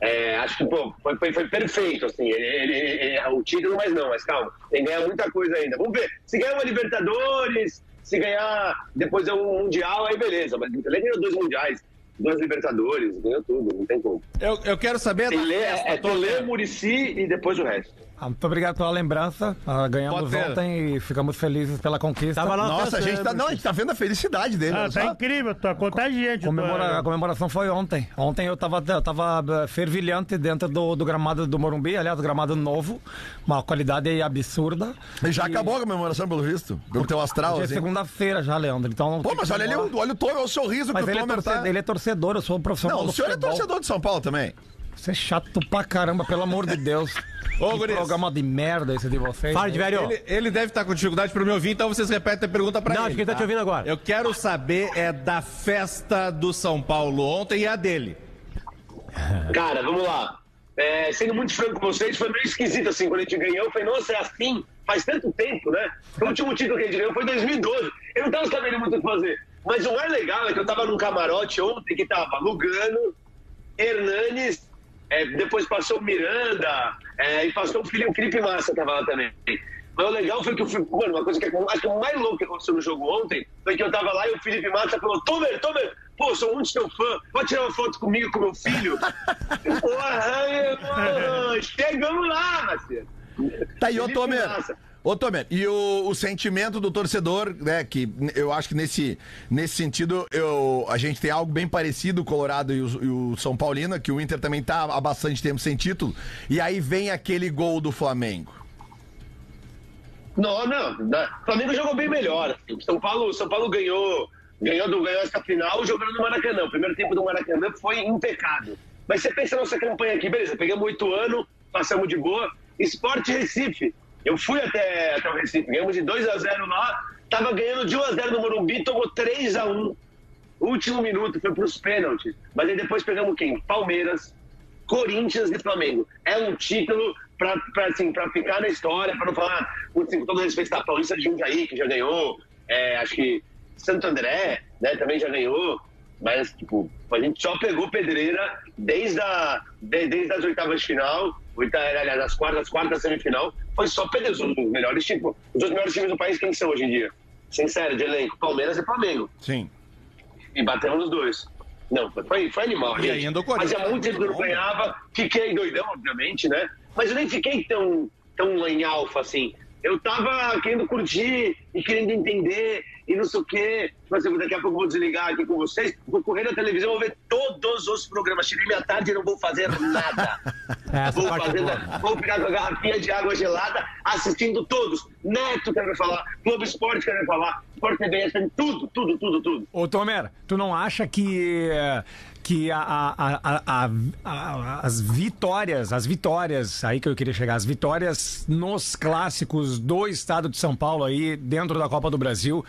Speaker 7: é, acho que, pô, foi, foi, foi perfeito, assim. Ele, ele- ele- é o título, mas não, mas calma. Tem que ganhar muita coisa ainda. Vamos ver. Se ganhar uma Libertadores, se ganhar depois é um Mundial, aí beleza. Mas ele ganhou dois Mundiais, dois Libertadores, ganhou tudo, não tem como.
Speaker 5: Eu, eu quero saber da
Speaker 7: Pelé,
Speaker 5: festa,
Speaker 7: é Tolê,
Speaker 5: Tomé.
Speaker 7: Murici e depois o resto.
Speaker 2: Ah, muito obrigado pela lembrança. Ah, ganhamos
Speaker 5: Potter.
Speaker 2: ontem e ficamos felizes pela conquista.
Speaker 4: Tava lá na
Speaker 6: Nossa,
Speaker 4: festa,
Speaker 6: a gente tá. Não, a gente tá vendo a felicidade dele.
Speaker 3: Ah,
Speaker 6: olha
Speaker 3: tá
Speaker 6: só.
Speaker 3: incrível, tá contagiante.
Speaker 2: Comemora- a
Speaker 3: Tá...
Speaker 2: comemoração foi ontem. Ontem eu tava, eu tava eh, fervilhante dentro do, do gramado do Morumbi, aliás, gramado novo, uma qualidade absurda.
Speaker 6: E Já acabou a comemoração, pelo visto. Pelo teu astral,
Speaker 2: Hoje é
Speaker 6: assim.
Speaker 2: segunda-feira já, Leandro. Então,
Speaker 6: Pô,
Speaker 2: tem
Speaker 6: mas
Speaker 2: que
Speaker 6: olha ali,
Speaker 2: comemorar.
Speaker 6: o- olha o Tomer, olha o sorriso
Speaker 2: Mas
Speaker 6: que o
Speaker 2: ele é,
Speaker 6: Tomer
Speaker 2: torcedor,
Speaker 6: tá.
Speaker 2: ele é torcedor, eu sou um profissional.
Speaker 6: Não, o
Speaker 2: do
Speaker 6: senhor é
Speaker 2: futebol.
Speaker 6: torcedor de São Paulo também.
Speaker 2: Você é chato pra caramba, pelo amor de Deus.
Speaker 5: Ô,
Speaker 2: que
Speaker 5: guris.
Speaker 2: programa de merda esse de vocês.
Speaker 4: Fala de
Speaker 2: né?
Speaker 4: velho.
Speaker 5: Ele, ele deve estar com dificuldade para me ouvir, então vocês repetem a pergunta para ele.
Speaker 4: Não, acho que ele tá te ouvindo agora.
Speaker 5: Ah. Eu quero saber é da festa do São Paulo ontem e a dele.
Speaker 7: Cara, vamos lá. É, sendo muito franco com vocês, foi meio esquisito assim quando a gente ganhou. Eu falei, nossa, é assim? Faz tanto tempo, né? O último título que a gente ganhou foi em 2012. Eu não tava sabendo muito o que fazer. Mas o mais legal é que eu tava num camarote ontem que tava Lugano, Hernanes, é, depois passou o Miranda, é, e passou o Felipe, o Felipe Massa tava lá também. Mas o legal foi que o Felipe, mano, uma coisa que é acho que o mais louco que aconteceu no jogo ontem foi que eu tava lá e o Felipe Massa falou, Tomer, Tomer, pô, sou um muito seu fã, pode tirar uma foto comigo, com meu filho? (laughs) Porra, eu- pô, chegamos lá, Marcelo.
Speaker 6: Tá aí, ô
Speaker 7: Felipe
Speaker 6: Tomer.
Speaker 7: Massa.
Speaker 6: Ô, Tomer, e o, o sentimento do torcedor, né? Que n- eu acho que nesse, nesse sentido eu, a gente tem algo bem parecido, o Colorado e o, e o São Paulino, que o Inter também tá há bastante tempo sem título. E aí vem aquele gol do Flamengo.
Speaker 7: Não, não. não. O Flamengo jogou bem melhor. O São Paulo, São Paulo ganhou, ganhou, do, ganhou essa final jogando no Maracanã. O primeiro tempo do Maracanã foi impecável. Mas você pensa na nossa campanha aqui, beleza, pegamos oito anos, passamos de boa. Esporte Recife. Eu fui até, até o Recife, ganhamos de 2 a 0 lá, tava ganhando de 1 a 0 no Morumbi, tomou 3 a 1 Último minuto, foi pros pênaltis. Mas aí depois pegamos quem? Palmeiras, Corinthians e Flamengo. É um título pra, pra, assim, pra ficar na história, pra não falar, assim, com todo respeito da Paulista de Jundiaí, que já ganhou, é, acho que Santo André, né, também já ganhou. Mas, tipo, a gente só pegou pedreira desde, a, de- desde as oitavas de final, oita, aliás, as quartas, as quartas semifinal, foi só pedreira. Os os melhores, tipo, os dois melhores times do país, quem são hoje em dia? Sincero, de elenco, Palmeiras e Flamengo
Speaker 6: Sim.
Speaker 7: e batemos nos dois. Não, foi, foi animal.
Speaker 5: E
Speaker 7: gente.
Speaker 5: ainda o Corinthians.
Speaker 7: Mas há muito tempo que eu não ganhava, fiquei doidão, obviamente, né? Mas eu nem fiquei tão, tão em alfa assim. Eu tava querendo curtir e querendo entender e não sei o quê. Mas eu, daqui a pouco eu vou desligar aqui com vocês, vou correr na televisão, vou ver todos os programas. Tirei minha tarde e não vou fazer nada.
Speaker 4: (laughs) Essa
Speaker 7: vou,
Speaker 4: parte é
Speaker 7: fazer,
Speaker 4: boa.
Speaker 7: nada. vou ficar com a garrafinha de água gelada assistindo todos. Neto quer me falar, Globo Esporte quer me falar, Sport TV, tudo, tudo, tudo, tudo.
Speaker 2: Ô, Tomer, tu não acha que que a- a- a- a- a- as vitórias, as vitórias, aí que eu queria chegar, as vitórias nos clássicos do estado de São Paulo aí, dentro da Copa do Brasil,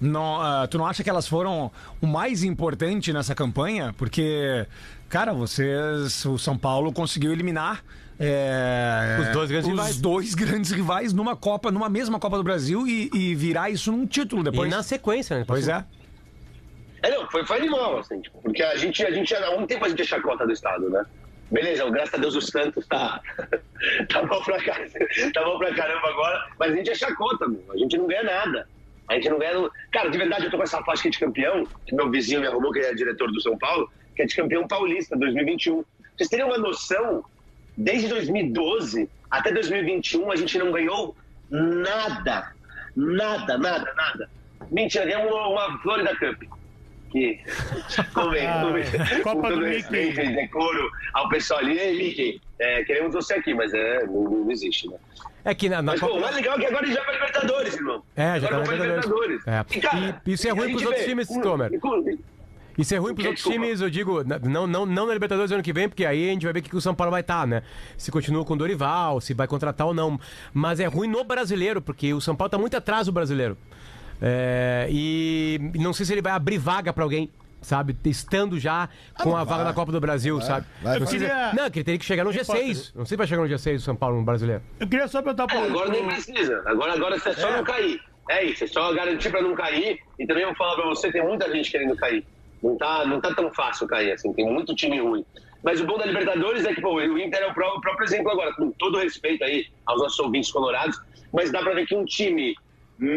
Speaker 2: não, ah, tu não acha que elas foram o mais importante nessa campanha? Porque, cara, vocês, o São Paulo conseguiu eliminar é,
Speaker 4: Os dois grandes
Speaker 2: os
Speaker 4: rivais.
Speaker 2: dois grandes rivais numa Copa, numa mesma Copa do Brasil e, e virar isso num título
Speaker 4: E
Speaker 2: depois.
Speaker 4: na sequência, né?
Speaker 2: Pois é.
Speaker 7: É, não, foi, foi animal, assim, tipo, porque a gente, a gente, há um tempo a gente é chacota do Estado, né? Beleza, graças a Deus o Santos tá, (laughs) tá, bom pra car... (laughs) tá bom pra caramba agora, mas a gente é chacota, meu, a gente não ganha nada. A gente não ganha. no- Cara, de verdade, eu tô com essa faixa aqui de campeão, que meu vizinho me arrumou, que ele é diretor do São Paulo, que é de campeão paulista 2021. Vocês teriam uma noção, desde 2012 até 2021, a gente não ganhou nada. Nada, nada, nada. Mentira, ganhamos uma, uma Florida Cup. que. Convém,
Speaker 4: Ah, é.
Speaker 7: convém.
Speaker 3: Copa
Speaker 7: Com todo
Speaker 3: do
Speaker 7: respeito
Speaker 3: Mickey.
Speaker 7: e decoro ao pessoal ali. Ei, Mickey, é, queremos você aqui, mas é, não, não existe, né?
Speaker 4: É que na, na
Speaker 7: Mas, pô,
Speaker 4: Copa.
Speaker 7: o mais legal é que agora ele já vai Libertadores, irmão.
Speaker 4: É, já tá
Speaker 7: agora vai
Speaker 4: Libertadores. É.
Speaker 7: E, cara,
Speaker 4: E- isso é
Speaker 7: e a
Speaker 4: ruim pros
Speaker 7: gente
Speaker 4: outros
Speaker 7: vê-
Speaker 4: times,
Speaker 7: Hum,
Speaker 4: Tomer.
Speaker 7: e com-
Speaker 4: Isso é ruim pros
Speaker 7: Ok,
Speaker 4: outros
Speaker 7: desculpa.
Speaker 4: times, eu digo, na- não, não, não na Libertadores ano que vem, porque aí a gente vai ver o que que o São Paulo vai estar, né? Se continua com o Dorival, se vai contratar ou não. Mas é ruim no brasileiro, porque o São Paulo tá muito atrás do brasileiro. É, e não sei se ele vai abrir vaga pra alguém, sabe? Estando já com a vaga da Copa do Brasil, sabe?
Speaker 6: Ah, vai,
Speaker 4: não, sei se-
Speaker 3: vai.
Speaker 4: não, que ele teria que chegar no G6. Não sei se vai chegar no G6 do São Paulo no brasileiro.
Speaker 3: Eu queria só perguntar pra
Speaker 7: É, Agora nem precisa. Agora, agora você é só não cair. É isso, é só garantir pra não cair. E também vou falar pra você, tem muita gente querendo cair. Não tá, não tá tão fácil cair, assim, tem muito time ruim. Mas o bom da Libertadores é que pô, o Inter é o pró- o próprio exemplo agora, com todo respeito aí aos nossos ouvintes colorados, mas dá pra ver que um time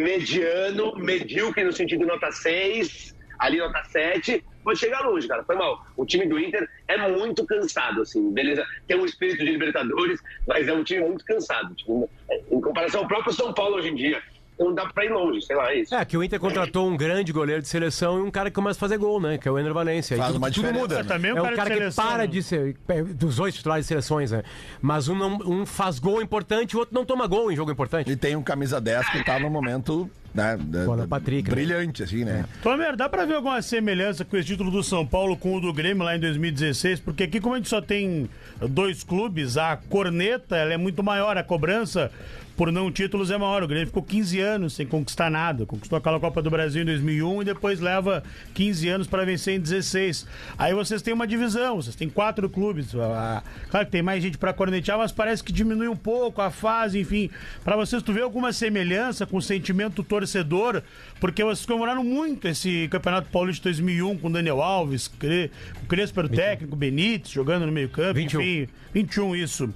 Speaker 7: mediano, medíocre no sentido nota 6, ali nota 7, pode chegar longe, cara. Foi mal. O time do Inter é muito cansado, assim, beleza? Tem um espírito de Libertadores, mas é um time muito cansado. Tipo, em comparação ao próprio São Paulo hoje em dia. Não dá pra ir longe, sei lá, é isso.
Speaker 4: É, que o Inter contratou um grande goleiro de seleção e um cara que começa a fazer gol, né? Que é o Ender Valencia. E
Speaker 6: Faz
Speaker 4: tudo-
Speaker 6: uma
Speaker 4: tudo
Speaker 6: diferença,
Speaker 4: muda.
Speaker 6: né?
Speaker 3: Também
Speaker 4: É
Speaker 3: um
Speaker 4: um
Speaker 3: cara de
Speaker 4: cara que
Speaker 3: seleção,
Speaker 4: para
Speaker 3: né?
Speaker 4: de ser. é, Dos dois titulares de seleções, né? Mas um, não- um faz gol importante e o outro não toma gol em jogo importante.
Speaker 6: E tem um camisa 10 que tá no momento né, da-
Speaker 4: Bola
Speaker 6: da-
Speaker 4: Patrick, né?
Speaker 6: brilhante, assim, né?
Speaker 3: Tomer, dá pra ver alguma semelhança com esse título do São Paulo com o do Grêmio lá em 2016? Porque aqui, como a gente só tem dois clubes, a corneta ela é muito maior, a cobrança por não títulos é maior. O Grêmio ficou 15 anos sem conquistar nada. Conquistou aquela Copa do Brasil em 2001 e depois leva 15 anos pra vencer em 16. Aí vocês têm uma divisão, vocês têm quatro clubes. Ah, Claro que tem mais gente pra cornetear, mas parece que diminui um pouco a fase, enfim. Pra vocês, tu vê alguma semelhança com o sentimento torcedor? Porque vocês comemoraram muito esse Campeonato Paulista de 2001 com Daniel Alves, Cre- o Crespo era o técnico, Benítez jogando no meio campo,
Speaker 4: 21.
Speaker 3: enfim. 21, isso.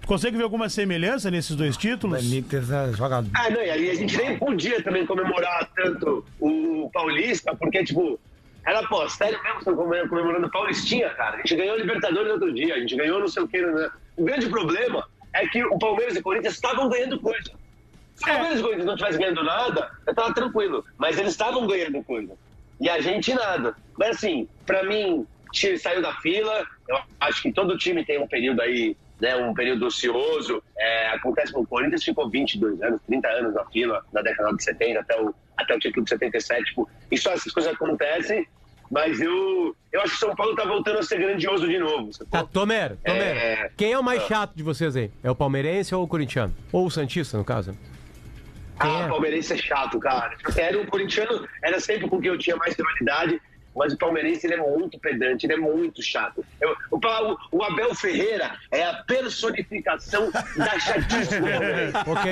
Speaker 3: Tu consegue ver alguma semelhança nesses dois títulos?
Speaker 8: Benítez
Speaker 2: né,
Speaker 8: é jogador.
Speaker 7: Ah, não, e aí a gente nem podia também comemorar tanto o Paulista, porque, tipo, era, pô, sério mesmo que estão comemorando- comemorando o Paulistinha, cara. A gente ganhou o Libertadores outro dia, a gente ganhou não sei o que. Né? O grande problema é que o Palmeiras e o Corinthians estavam ganhando coisa. Se o Palmeiras e o Corinthians não tivessem ganhando nada, eu tava tranquilo. Mas eles estavam ganhando coisa. E a gente nada. Mas assim, pra mim, time saiu da fila. Eu acho que todo time tem um período aí, né? Um período ocioso. É, acontece com o Corinthians, ficou 22 anos, 30 anos na fila, na década de 70 até o, até o título de 77. Tipo, isso, essas coisas acontecem. Mas eu, eu acho que o São Paulo tá voltando a ser grandioso de novo. sacou?
Speaker 4: Tá, Tomer, Tomer.
Speaker 7: É.
Speaker 4: Quem é o mais chato de vocês aí? É o palmeirense ou o corintiano? Ou o Santista, no caso?
Speaker 7: Ah,
Speaker 4: É.
Speaker 7: palmeirense é chato, cara. Era um corintiano, era sempre com quem eu tinha mais rivalidade, mas o palmeirense ele é muito pedante, ele é muito chato. Eu- o, Pa- o- o Abel Ferreira é a personificação da chatice do palmeirense. (laughs)
Speaker 4: Ok.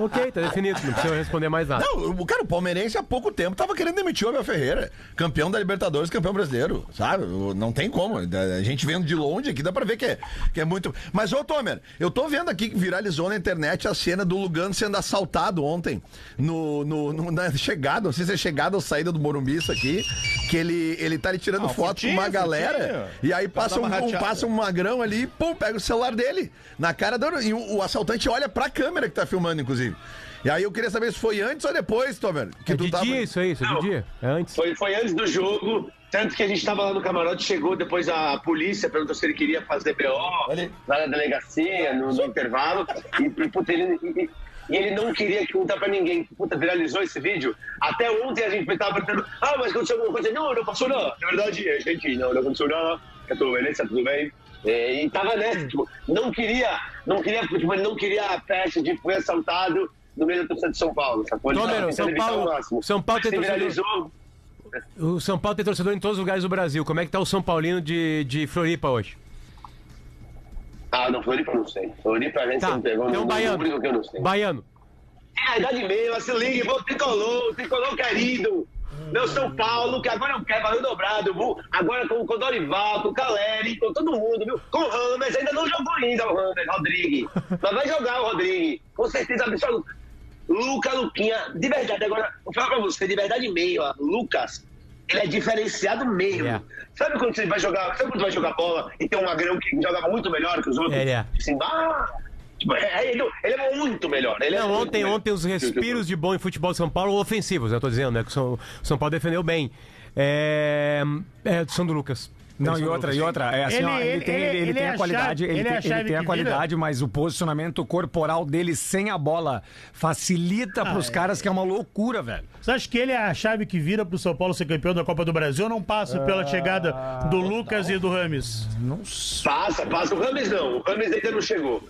Speaker 4: ok, tá definido. Não precisa responder mais nada.
Speaker 6: Não, o cara, o palmeirense há pouco tempo tava querendo demitir o Abel Ferreira, campeão da Libertadores, campeão brasileiro, sabe? O- Não tem como. A a gente vendo de longe aqui, dá pra ver que é, que é muito. Mas, ô Tomer, eu tô vendo aqui que viralizou na internet a cena do Lugano sendo assaltado ontem no, no- no- na chegada, não sei se é chegada ou saída do Morumbi isso aqui, que ele, ele tá ali tirando
Speaker 5: Ah,
Speaker 6: foto com
Speaker 5: furtinho,
Speaker 6: uma galera
Speaker 5: furtinho.
Speaker 6: e aí passa
Speaker 5: dar
Speaker 6: um,
Speaker 5: uma
Speaker 6: um,
Speaker 5: rateada.
Speaker 6: passa um magrão ali e pum, pega o celular dele na cara do. E o, o assaltante olha pra câmera que tá filmando, inclusive. E aí eu queria saber se foi antes ou depois, Tomer. Que
Speaker 4: É
Speaker 6: tu
Speaker 4: de
Speaker 6: tava.
Speaker 4: dia isso aí, isso é de dia. É antes.
Speaker 7: Foi, foi antes do jogo, tanto que a gente tava lá no camarote, chegou depois a polícia, perguntou se ele queria fazer BO, lá na delegacia, no, no intervalo, e, e, puta, ele... e- e- e ele não queria contar pra ninguém. Puta, viralizou esse vídeo. Até ontem a gente tava perguntando, ah, mas aconteceu alguma coisa? Não, não passou não. Na verdade, a gente, não, não aconteceu nada. Eu tô beleza, tudo bem. É, E tava nessa, tipo, não queria, não queria, tipo, ele não queria a festa de foi assaltado no meio da torcida de São Paulo. Sacou? Ele
Speaker 4: Não,
Speaker 7: tava
Speaker 4: meu,
Speaker 7: tentando
Speaker 4: São
Speaker 7: evitar
Speaker 4: Paulo-
Speaker 7: o máximo.
Speaker 4: São Paulo tem
Speaker 7: Se
Speaker 4: torcedor-
Speaker 7: viralizou,
Speaker 4: O São Paulo tem torcedor em todos os lugares do Brasil. Como é que tá o São Paulino de, de Floripa hoje?
Speaker 7: Ah, não, Floripa eu não sei. Floripa a gente
Speaker 4: Tá,
Speaker 7: não pegou.
Speaker 4: então
Speaker 7: um
Speaker 4: baiano.
Speaker 7: que eu não sei.
Speaker 4: Baiano.
Speaker 7: É a idade mesmo, se liga, vou tricolor, tricolor querido. Meu São Paulo, que agora eu quero, valeu dobrado, viu? Agora com, com o Dorival, com o Caleri, com todo mundo, viu? Com o Rames, ainda não jogou ainda o Rames, Rodrigue. Mas vai jogar o Rodrigue, com certeza absoluta. Luca, Luquinha, de verdade, agora, vou falar pra você, de verdade mesmo, ó, Lucas, ele é diferenciado mesmo.
Speaker 4: É.
Speaker 7: Sabe quando você vai jogar, sabe quando vai jogar bola e tem um magrão que joga muito melhor que os outros?
Speaker 4: Ele é.
Speaker 7: Assim, ah, tipo, é, é, ele, ele é muito melhor. Ele é
Speaker 4: Não,
Speaker 7: muito
Speaker 2: (laughs)
Speaker 4: ontem,
Speaker 7: melhor.
Speaker 4: ontem os respiros de bom em futebol de São Paulo ofensivos, né? Eu tô dizendo, né? Que o São, o São Paulo defendeu bem. É, é do São do Lucas.
Speaker 2: Não,
Speaker 4: São
Speaker 2: e
Speaker 4: do
Speaker 2: outra,
Speaker 4: Lucas.
Speaker 2: e outra. É assim,
Speaker 3: Ele-
Speaker 2: ó, ele,
Speaker 3: ele-
Speaker 2: tem, ele,
Speaker 3: ele-
Speaker 2: ele
Speaker 3: ele
Speaker 2: tem
Speaker 3: é
Speaker 2: a
Speaker 3: a
Speaker 2: qualidade,
Speaker 3: chave-
Speaker 2: ele,
Speaker 3: ele é
Speaker 2: tem,
Speaker 3: a
Speaker 2: ele
Speaker 3: chave
Speaker 2: tem a
Speaker 3: que
Speaker 2: qualidade, mas o posicionamento corporal dele sem a bola facilita pros
Speaker 3: Ah,
Speaker 2: caras que é uma loucura, velho.
Speaker 3: Você acha que ele é a chave que vira pro São Paulo ser campeão da Copa do Brasil ou não passa pela chegada do Lucas e do Rames?
Speaker 7: Passa, passa. O Rames não. O Rames ainda não chegou.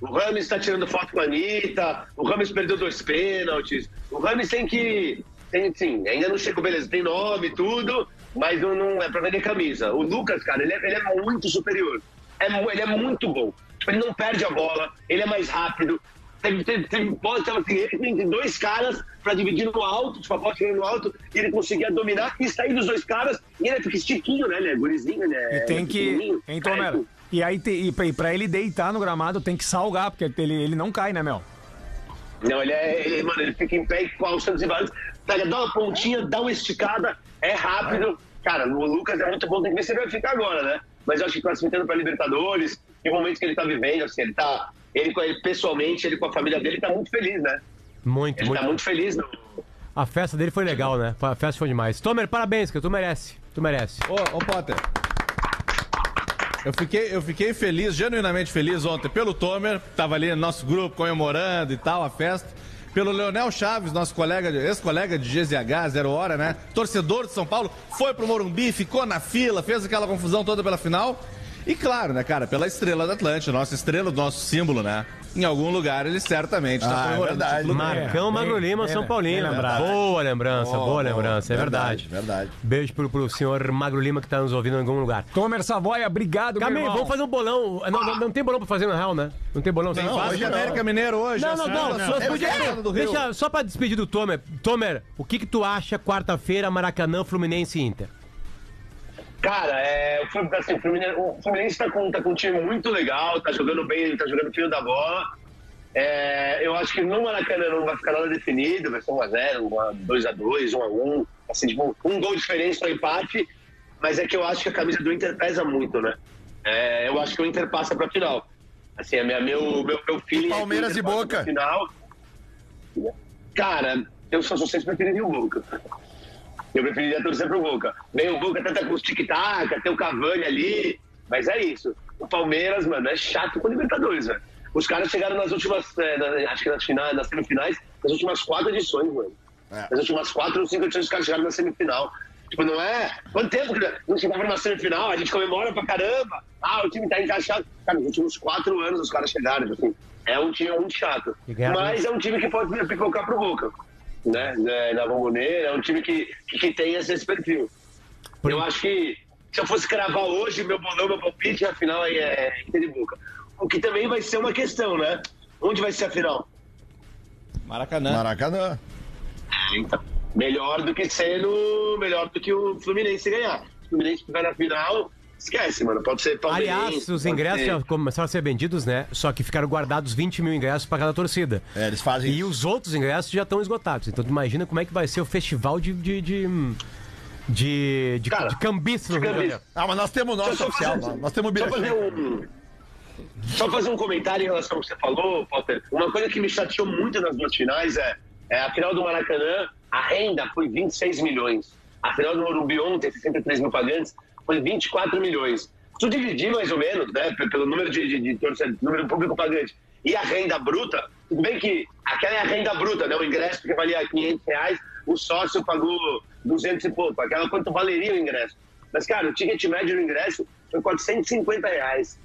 Speaker 7: O Rames tá tirando foto com a Anitta. O Rames perdeu dois pênaltis. O Rames tem que. Tem, sim, ainda não chegou, beleza. Tem nome, tudo. Mas não, não é pra vender camisa. O Lucas, cara, ele é, ele é muito superior. É mu- ele é muito bom. Tipo, ele não perde a bola. Ele é mais rápido. Teve, teve, teve bola, tava assim, ele tem dois caras pra dividir no alto, tipo, a bola chegando no alto, e ele conseguia dominar e sair dos dois caras. E ele é pequitiquinho, né? Ele é gurizinho, né?
Speaker 2: E tem que.
Speaker 7: pequenininho.
Speaker 2: Então,
Speaker 7: É,
Speaker 2: né? E aí, te, e pra, e pra ele deitar no gramado, tem que salgar, porque ele, ele não cai, né, Mel?
Speaker 7: Não, ele é. Ele, mano, ele fica em pé igual o Santos e Vargas. Tá, ele dá uma pontinha, dá uma esticada, é rápido. Cara, o Lucas é muito bom, tem que ver se ele vai ficar agora, né? Mas eu acho que classificando pra Libertadores, e o momento que ele tá vivendo, assim, ele tá. Ele, com ele pessoalmente, ele com a família dele, tá muito feliz, né?
Speaker 4: Muito,
Speaker 7: Ele
Speaker 4: muito.
Speaker 7: tá muito feliz. No...
Speaker 4: A festa dele foi legal, né? A festa foi demais. Tomer, parabéns, que tu merece. Tu merece.
Speaker 5: Ô, ô Potter. Eu fiquei, eu fiquei feliz, genuinamente feliz ontem pelo Tomer, que tava ali no nosso grupo comemorando e tal, a festa. Pelo Leonel Chaves, nosso colega, de- ex-colega de GZH, Zero Hora, né? Torcedor de São Paulo, foi pro Morumbi, ficou na fila, fez aquela confusão toda pela final. E claro, né, cara, pela estrela da Atlântida, nossa estrela, o nosso símbolo, né? Em algum lugar ele certamente tá
Speaker 6: Ah, é
Speaker 5: comemorando o
Speaker 6: verdade.
Speaker 5: título dele.
Speaker 4: Marcão
Speaker 2: bem-
Speaker 4: Magro Lima,
Speaker 2: bem-
Speaker 4: São Paulino.
Speaker 2: bem lembrado.
Speaker 4: Boa lembrança,
Speaker 6: Boa,
Speaker 4: boa
Speaker 6: boa.
Speaker 4: lembrança, é verdade.
Speaker 6: Verdade, verdade.
Speaker 4: Beijo pro, pro senhor Magro Lima que tá nos ouvindo em algum lugar.
Speaker 2: Tomer Savoia, obrigado, meu
Speaker 4: Camille,
Speaker 2: irmão.
Speaker 4: vamos fazer um bolão. Não, não, não tem bolão pra fazer na real, né? Não tem bolão. Tem
Speaker 5: Não,
Speaker 4: fácil?
Speaker 5: hoje é América Mineiro hoje.
Speaker 4: Não,
Speaker 5: é
Speaker 4: não,
Speaker 5: a
Speaker 4: não.
Speaker 5: final
Speaker 4: só
Speaker 5: da-
Speaker 4: podia-
Speaker 5: América do Rio.
Speaker 4: Deixa só pra despedir do Tomer. Tomer, o que que tu acha quarta-feira, Maracanã, Fluminense e Inter?
Speaker 7: Cara, é, o, Fluminense, assim, o Fluminense- o Fluminense tá com, tá com um time muito legal, tá jogando bem, tá jogando fio da bola. É, eu acho que no Maracanã não vai ficar nada definido, vai ser 1x0, 2x2, 1x1, assim, tipo, um gol de diferença no empate, mas é que eu acho que a camisa do Inter pesa muito, né? É, eu acho que o Inter passa pra final. Assim, é minha, meu, meu, meu feeling é que o
Speaker 6: Palmeiras e
Speaker 7: Inter passa
Speaker 6: Boca.
Speaker 7: pra Final. Cara, eu só sou sempre preferiria o Boca. Eu preferiria torcer pro Boca. Vem o Boca até tá com os tic-tac, tem o Cavani ali. Mas é isso. O Palmeiras, mano, é chato com o Libertadores, velho. Os caras chegaram nas últimas, eh, na- acho que nas, finais, nas semifinais, nas últimas quatro edições, mano. Nas últimas quatro ou cinco edições, os caras chegaram na semifinal. Tipo, não é. Quanto tempo que não chegava numa semifinal? A gente comemora pra caramba. Ah, o time tá encaixado. Cara, nos últimos quatro anos os caras chegaram. tipo Assim, é um time muito chato.
Speaker 4: E ganharam, né?
Speaker 7: Mas mas é um time que pode pipocar pro Boca. Né? né, Na Bomboneira, é um time que, que, que tem esse, esse perfil. Eu acho que se eu fosse cravar hoje meu bolão, meu palpite, a final aí é Inter e Boca. O que também vai ser uma questão, né? Onde vai ser a final?
Speaker 5: Maracanã.
Speaker 6: Maracanã.
Speaker 7: Então, melhor do que sendo. Melhor do que o Fluminense ganhar. Se o Fluminense ficar na final, esquece, mano. Pode ser Palmeiras.
Speaker 4: Aliás, os ingressos já começaram a ser vendidos, né? Só que ficaram guardados 20 mil ingressos pra cada torcida.
Speaker 6: É, eles fazem
Speaker 4: E os outros ingressos já estão esgotados. Então tu imagina como é que vai ser o festival de. de. de. de, de,
Speaker 7: Cara,
Speaker 4: de cambista no Rio de Janeiro.
Speaker 6: Ah, mas nós temos o
Speaker 7: Deixa eu
Speaker 6: nosso
Speaker 7: só
Speaker 6: oficial.
Speaker 7: fazer- um-
Speaker 6: nós- Nós temos o
Speaker 7: só fazer
Speaker 6: Birajá.
Speaker 7: um Só fazer um comentário em relação ao que você falou, Potter. Uma coisa que me chateou muito nas duas finais é, é a final do Maracanã, a renda foi 26 milhões. A final do Morumbi ontem, 63 mil pagantes, foi 24 milhões. Se eu dividir mais ou menos, né, pe- pelo número de, de, de torcedor, número público pagante e a renda bruta, tudo bem que aquela é a renda bruta, né, o ingresso que valia 500 reais, o sócio pagou 200 e pouco, aquela quanto valeria o ingresso. Mas, cara, o ticket médio do ingresso foi 450 reais.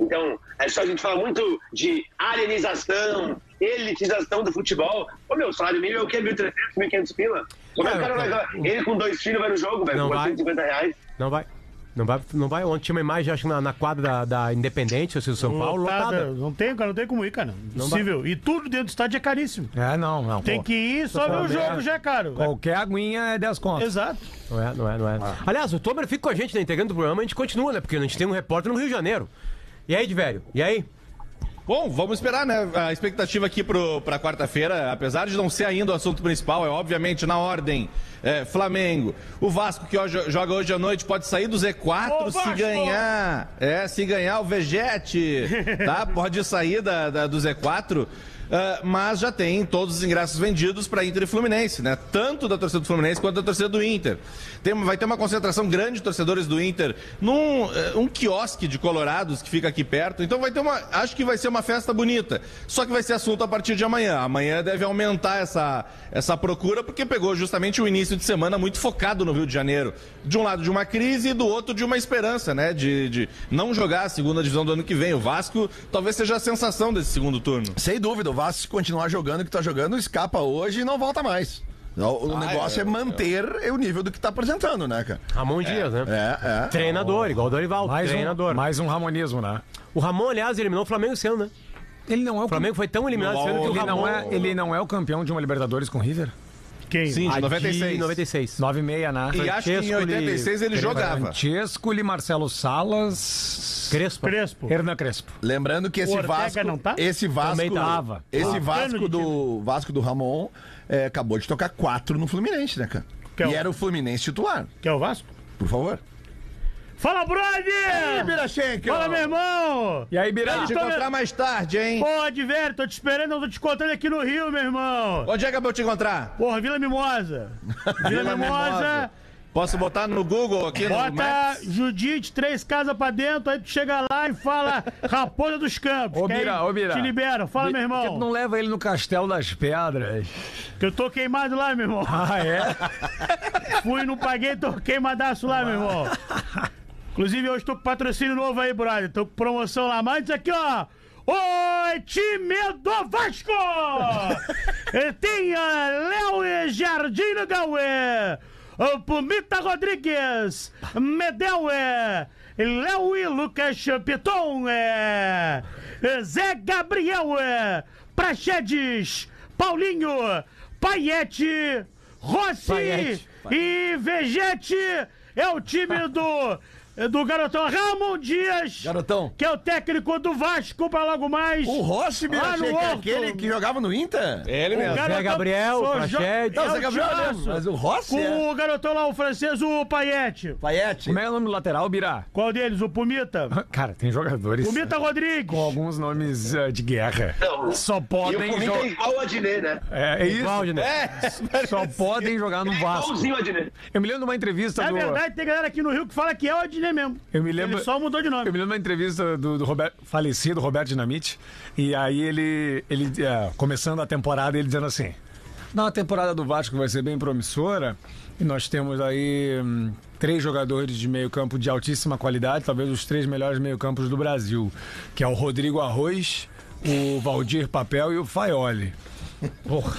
Speaker 7: Então, é só a gente falar muito de alienização, elitização do futebol. Ô, meu, salário mínimo é o quê? 1.300, 1.500 pila? Como é que o cara vai... Ele com dois filhos vai no jogo, velho,
Speaker 4: Não
Speaker 7: com
Speaker 4: vai.
Speaker 7: 450 reais.
Speaker 4: Não vai. Não vai, não vai. Ontem tinha uma imagem, acho que na, na quadra da, da Independente, ou seja, São Paulo,
Speaker 3: tá,
Speaker 4: lotada.
Speaker 3: Não tem, cara, não tem como ir, cara.
Speaker 4: dá.
Speaker 3: Impossível. E tudo dentro do estádio é caríssimo.
Speaker 2: É, não, não.
Speaker 3: Tem
Speaker 2: pô.
Speaker 3: que ir, só ver o
Speaker 2: falando,
Speaker 3: jogo
Speaker 2: é.
Speaker 3: já é caro.
Speaker 2: Qualquer aguinha é 10 contas.
Speaker 3: Exato.
Speaker 4: Não é, não é, não é. Aliás, o Tomer fica com a gente, né? Integrando o programa, a gente continua, né? Porque a gente tem um repórter no Rio de Janeiro. E aí, de velho? E aí?
Speaker 5: Bom, vamos esperar, né? A expectativa aqui para quarta-feira, apesar de não ser ainda o assunto principal, é obviamente na ordem. é, Flamengo. O Vasco, que hoje- joga hoje à noite, pode sair do Z4
Speaker 3: Ô,
Speaker 5: se
Speaker 3: Vasco! (laughs)
Speaker 5: ganhar. É, se ganhar o Vegete, tá? Pode sair da, da- do Z4. Ah, mas já tem todos os ingressos vendidos para Inter e Fluminense, né? Tanto da torcida do Fluminense quanto da torcida do Inter. Tem- vai ter uma concentração grande de torcedores do Inter num eh, um quiosque de Colorados que fica aqui perto. Então vai ter uma. Acho que vai ser uma festa bonita. Só que vai ser assunto a partir de amanhã. Amanhã deve aumentar essa, essa procura, porque pegou justamente o início de semana muito focado no Rio de Janeiro. De um lado de uma crise e do outro de uma esperança, né? De, de não jogar a segunda divisão do ano que vem. O Vasco talvez seja a sensação desse segundo turno.
Speaker 6: Sem dúvida, o Vasco se continuar jogando o que tá jogando, escapa hoje e não volta mais. O, o
Speaker 5: Ah,
Speaker 6: negócio
Speaker 5: é,
Speaker 6: é, manter o nível do que tá apresentando, né, cara?
Speaker 4: Ramon Dias, né?
Speaker 6: É, é.
Speaker 4: Treinador, igual o Dorival,
Speaker 2: Mais
Speaker 4: treinador.
Speaker 2: um, mais um ramonismo, né?
Speaker 4: O Ramon, aliás, eliminou o Flamengo esse ano, né?
Speaker 2: Ele não é o
Speaker 4: O Flamengo foi tão eliminado esse ano que o
Speaker 2: Ele
Speaker 4: Ramon...
Speaker 2: não, é, ele não é o campeão de uma Libertadores com o River?
Speaker 3: Quem?
Speaker 5: Sim, de
Speaker 4: Ah,
Speaker 5: 96.
Speaker 4: 96.
Speaker 2: 9,6, né?
Speaker 5: E acho que em
Speaker 4: Francesco, ele-
Speaker 5: 86 ele jogava.
Speaker 2: Francesco e Marcelo Salas.
Speaker 4: Crespo.
Speaker 3: Crespo.
Speaker 2: Hernan Crespo.
Speaker 6: Lembrando que esse
Speaker 3: Ortega
Speaker 6: Vasco.
Speaker 3: não tá?
Speaker 6: Esse Vasco.
Speaker 4: Também tava.
Speaker 6: Esse
Speaker 3: Ah. Cano
Speaker 6: Vasco
Speaker 3: de
Speaker 6: do. Vasco do Ramon é, acabou de tocar quatro no Fluminense, né, cara?
Speaker 3: Que é
Speaker 6: e
Speaker 3: o-
Speaker 6: era o Fluminense titular,
Speaker 3: Que é o Vasco?
Speaker 6: por favor.
Speaker 3: Fala, brother! Fala, meu irmão!
Speaker 2: E aí,
Speaker 3: Ah,
Speaker 2: Birá?
Speaker 5: Te
Speaker 3: Então,
Speaker 5: encontrar
Speaker 3: meu-
Speaker 5: mais tarde, hein?
Speaker 3: Pô, Adver, tô te esperando, eu tô te contando aqui no Rio, meu irmão.
Speaker 5: Onde é que eu vou te encontrar?
Speaker 3: Porra,
Speaker 2: (laughs)
Speaker 3: Vila Mimosa. Vila Mimosa.
Speaker 5: Posso botar no Google aqui no
Speaker 3: Bota
Speaker 5: Maps?
Speaker 3: Judite, três casas pra dentro, aí tu chega lá e fala (laughs) Raposa dos Campos.
Speaker 2: Ô,
Speaker 3: que aí
Speaker 2: Bira, ô, Bira.
Speaker 3: Te liberam. Fala, meu
Speaker 2: Por que tu
Speaker 3: irmão.
Speaker 2: não leva ele no Castelo das Pedras?
Speaker 3: Que eu tô queimado lá,
Speaker 2: (laughs)
Speaker 3: meu irmão.
Speaker 2: Ah, é?
Speaker 3: Fui, não paguei, tô queimadaço lá, meu irmão. Inclusive, hoje tô com patrocínio novo aí, brother. Tô com promoção lá, mas aqui, ó. Oi, time do Vasco! E tem a Léo e Jardim no Gauê, o Pumita Rodrigues, Medel é, Léo e Lucas Piton é, Zé Gabriel é, Praxedes, Paulinho, Paiete, Rossi
Speaker 4: Paiete.
Speaker 3: e Vegete é o time do, (laughs) do garotão Ramon Dias,
Speaker 6: Garotão.
Speaker 3: que é o técnico do Vasco para logo mais.
Speaker 6: O Rossi,
Speaker 3: Ah, no
Speaker 6: Birachê, que é
Speaker 3: alto.
Speaker 6: aquele que jogava no Inter?
Speaker 5: É ele mesmo.
Speaker 3: garotão-
Speaker 4: Zé Gabriel,
Speaker 3: Sou jo-
Speaker 4: Prachete.
Speaker 3: É
Speaker 6: Não,
Speaker 3: o
Speaker 6: você Gabriel,
Speaker 3: timaço.
Speaker 6: né? mas o Rossi é.
Speaker 3: Com o garotão lá, o francês, o Paiete.
Speaker 6: Paiete.
Speaker 2: Como é o nome do lateral, Birá?
Speaker 3: Qual deles? O Pumita?
Speaker 2: Cara, tem jogadores
Speaker 3: Pumita Rodrigues.
Speaker 2: com alguns nomes eh, de guerra.
Speaker 7: Não.
Speaker 2: Só
Speaker 7: E o
Speaker 2: podem
Speaker 7: Corinthians é
Speaker 2: jogar.
Speaker 7: igual o Adnet, né?
Speaker 2: É, é isso.
Speaker 4: Cláudio, né?
Speaker 2: Só podem jogar no
Speaker 7: É
Speaker 2: Vasco.
Speaker 7: igualzinho o Adnet.
Speaker 2: Eu me lembro de uma entrevista
Speaker 3: Na
Speaker 2: do.
Speaker 3: É verdade, tem galera aqui no Rio que fala que é o Adnet mesmo.
Speaker 2: Eu me lembro-
Speaker 3: Ele só mudou de
Speaker 2: Eu me
Speaker 3: nome.
Speaker 2: lembro de uma entrevista do, do Roberto- falecido Roberto Dinamite, e aí ele, ele é, começando a temporada, ele dizendo assim: na temporada do Vasco vai ser bem promissora, e nós temos aí hum, três jogadores de meio campo de altíssima qualidade, talvez os três melhores meio campos do Brasil, que é o Rodrigo Arroz, o Valdir Papel e o Faioli. Porra,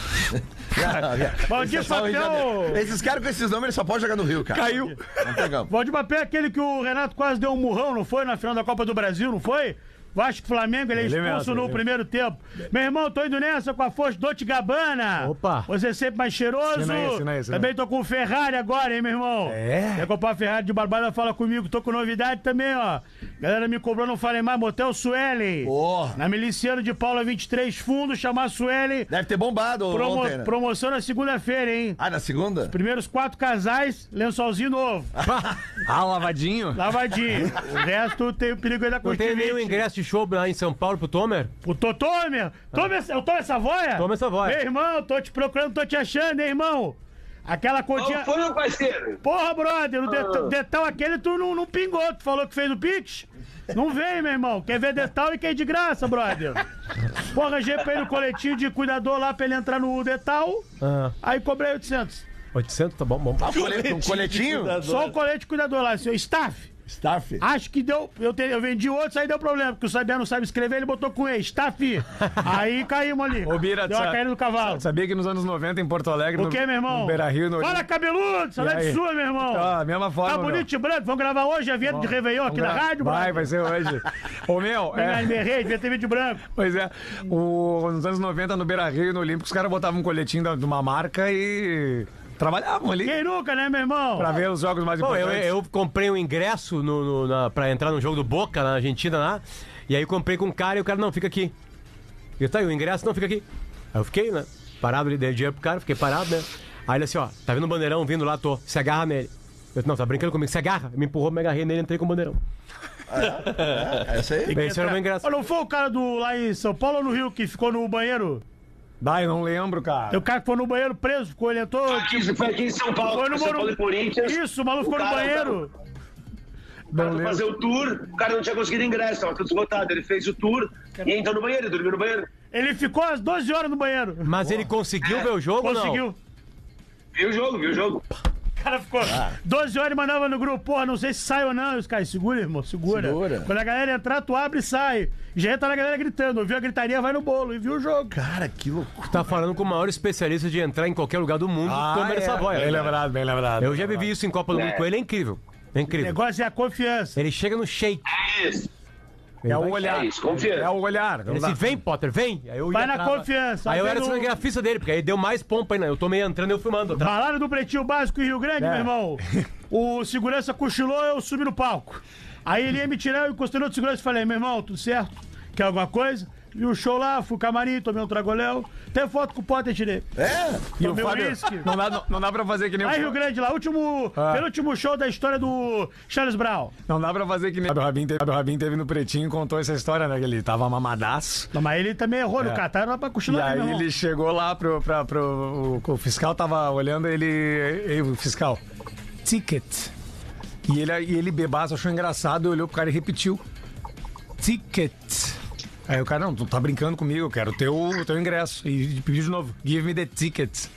Speaker 3: Valdir
Speaker 6: Só o Rio de Janeiro.
Speaker 3: Papel.
Speaker 6: Esses caras com esses nomes, eles só podem jogar no Rio, cara.
Speaker 2: caiu.
Speaker 6: Não tem como.
Speaker 3: Valdir Papel é aquele que o Renato quase deu um murrão, não foi? Na final da Copa do Brasil, não foi? Vasco e Flamengo, ele é
Speaker 2: Ele
Speaker 3: expulso
Speaker 2: mesmo,
Speaker 3: no
Speaker 2: ele
Speaker 3: primeiro tempo. Meu irmão, tô indo nessa com a Força Dolce Gabbana.
Speaker 4: Opa.
Speaker 3: Você é sempre mais cheiroso.
Speaker 2: Assina aí, assina aí, assina aí.
Speaker 3: Também tô com o Ferrari agora, hein, meu irmão?
Speaker 2: É?
Speaker 3: Quer comprar a Ferrari de Barbada, fala comigo. Tô com novidade também, ó. Galera me cobrou, não falei mais. Motel Sueli.
Speaker 6: Porra.
Speaker 3: Na Miliciano de Paula 23 Fundo, chamar Sueli.
Speaker 6: Deve ter bombado
Speaker 3: Promo-
Speaker 6: ontem, né?
Speaker 3: Promoção na segunda-feira, hein?
Speaker 6: Ah, na segunda?
Speaker 3: Primeiros quatro casais, lençolzinho novo.
Speaker 2: Ah, lavadinho?
Speaker 3: Lavadinho. o resto tem o perigo aí da
Speaker 4: Não teve nenhum
Speaker 3: conjuntivite.
Speaker 4: ingresso de show lá em São Paulo pro Tomer?
Speaker 3: O Tô Tomer. Toma essa, eu tomo essa voia?
Speaker 4: Toma essa voia.
Speaker 3: Meu irmão, tô te procurando, tô te achando, hein, irmão? Aquela continha...
Speaker 7: Qual foi, Ah. meu parceiro?
Speaker 3: Porra, brother, o det- detal aquele tu não, não pingou. Tu falou que fez o pitch? Não vem, meu irmão. Quer ver detal e quer de graça, brother. Porra, arranjei pra ele o coletinho de cuidador lá pra ele entrar no detal.
Speaker 4: Ah,
Speaker 3: Aí cobrei 800.
Speaker 4: 800, tá bom, bom.
Speaker 6: Ah, um colete- um coletinho?
Speaker 3: Só o colete de cuidador lá, seu staff.
Speaker 6: Staff.
Speaker 3: Acho que deu. Eu, te- eu vendi outros, aí deu problema, porque o Sabiá não sabe escrever, ele botou com ex, tá,
Speaker 7: (laughs)
Speaker 3: fi? Aí caímos ali.
Speaker 2: Ô, Bira,
Speaker 3: deu uma
Speaker 2: sa-
Speaker 3: caída no cavalo.
Speaker 2: Sabia que nos anos 90 em Porto Alegre,
Speaker 3: O que, meu irmão?
Speaker 2: no Beira Rio, no
Speaker 3: Fala, cabeludo,
Speaker 2: E
Speaker 3: saudade
Speaker 2: aí?
Speaker 3: sua, meu irmão.
Speaker 2: Ah, mesma
Speaker 3: tá
Speaker 2: forma, meu.
Speaker 3: bonito e branco, vamos gravar hoje a vinheta de Réveillon aqui na
Speaker 2: Vamos lá.
Speaker 3: rádio,
Speaker 2: Vai,
Speaker 3: brother.
Speaker 2: vai ser (laughs) hoje. Ô, meu,
Speaker 3: É.
Speaker 2: é,
Speaker 3: Me errei, devia ter vídeo branco.
Speaker 2: pois é. O, nos anos 90, no Beira Rio e no Olímpico, os caras botavam um coletinho da- de uma marca e trabalhavam ali
Speaker 3: Quem nunca, né, meu irmão?
Speaker 2: pra ver os jogos mais
Speaker 4: Bom, eu,
Speaker 2: importantes.
Speaker 4: eu comprei um ingresso no, no- na- pra entrar no jogo do Boca na Argentina lá. E aí eu comprei com um cara e o cara não fica aqui. E eu, tá, e o ingresso não fica aqui. Aí eu fiquei, né? Parado, ele dei dinheiro pro cara, fiquei parado, né? Aí ele assim, ó, tá vendo o bandeirão vindo lá, tô, se agarra nele. Eu, não, tá brincando comigo, se agarra. Me empurrou, me agarrei nele, entrei com o bandeirão.
Speaker 6: É isso aí.
Speaker 4: Bem, isso era bem engraçado.
Speaker 3: Olha, não foi o cara do, lá em São Paulo ou no Rio que ficou no banheiro?
Speaker 2: Dá, eu não lembro,
Speaker 3: Tem
Speaker 2: cara.
Speaker 3: O cara que foi no banheiro preso, ficou, ele entrou.
Speaker 7: Aqui, isso foi aqui em São Paulo.
Speaker 3: Foi no
Speaker 7: São Paulo
Speaker 3: Morumbi.
Speaker 7: e Corinthians.
Speaker 3: Isso, o maluco
Speaker 7: O
Speaker 3: ficou no
Speaker 7: cara-
Speaker 3: banheiro.
Speaker 7: O cara foi fazer o tour, o cara não tinha conseguido ingresso, tava tudo esgotado. Ele fez o tour e entrou no banheiro, dormiu no banheiro.
Speaker 3: Ele ficou às 12 horas no banheiro.
Speaker 4: Mas ele conseguiu ver o jogo ou não?
Speaker 3: Conseguiu.
Speaker 7: Viu o jogo, viu o jogo.
Speaker 3: O cara ficou 12 horas e mandava no grupo, porra, não sei se sai ou não. E Os caras, segura, irmão, segura.
Speaker 6: Segura.
Speaker 3: Quando a galera entrar, tu abre e sai. Já entra a galera gritando, ouviu a gritaria, vai no bolo e viu o jogo.
Speaker 6: Cara, que loucura.
Speaker 4: Tá falando com o maior especialista de entrar em qualquer lugar do mundo
Speaker 2: Ah,
Speaker 4: tomando essa boia.
Speaker 2: Bem lembrado, bem lembrado.
Speaker 4: Eu já vivi isso em Copa do Mundo com ele, é incrível. É
Speaker 3: O
Speaker 4: incrível.
Speaker 3: negócio é a confiança.
Speaker 4: Ele chega no shake.
Speaker 7: É isso,
Speaker 2: É o
Speaker 4: vai-
Speaker 2: olhar.
Speaker 7: é isso, confiança.
Speaker 2: É o olhar. Não
Speaker 4: Ele
Speaker 2: dá.
Speaker 4: disse, vem, Potter, vem. Aí eu
Speaker 3: Vai
Speaker 4: ia
Speaker 3: na
Speaker 4: atrás.
Speaker 3: confiança,
Speaker 4: Aí eu era
Speaker 3: vendo-
Speaker 4: cinegrafista dele, porque aí deu mais pompa ainda. Eu tô meio entrando e eu tá? filmando. atrás.
Speaker 3: Balada do Pretinho Básico em Rio Grande,
Speaker 2: É.
Speaker 3: meu irmão. O segurança cochilou, eu subi no palco. Aí ele ia me tirar, eu encostei no outro segurança e falei, meu irmão, tudo certo? Quer alguma coisa? E o show lá, fui camarim, tomei um tragoléu. Tem foto com o Potter, tirei.
Speaker 6: É?
Speaker 2: E o
Speaker 3: Tomei um
Speaker 2: Fábio, (laughs)
Speaker 3: uísque.
Speaker 2: não dá, não, não dá pra fazer que nem
Speaker 3: Aí Rio
Speaker 2: o
Speaker 3: Grande lá, último,
Speaker 2: Ah.
Speaker 3: penúltimo show da história do Charles Brown.
Speaker 2: Não dá pra fazer que nem o Rabin teve, o Rabin teve no Pretinho e contou essa história, né? Que ele tava mamadaço.
Speaker 3: Não, mas ele também errou no Catar, era pra
Speaker 2: É. E
Speaker 3: cochilar
Speaker 2: aí
Speaker 3: né, meu irmão?
Speaker 2: ele chegou lá pro, pra, pro o, o fiscal tava olhando ele, ele- o fiscal ticket. E ele e ele bebaço achou engraçado, olhou pro cara e repetiu. Ticket. Aí o cara, não, tu tá brincando comigo, eu quero o teu, o teu ingresso. E pediu de novo, give me the ticket.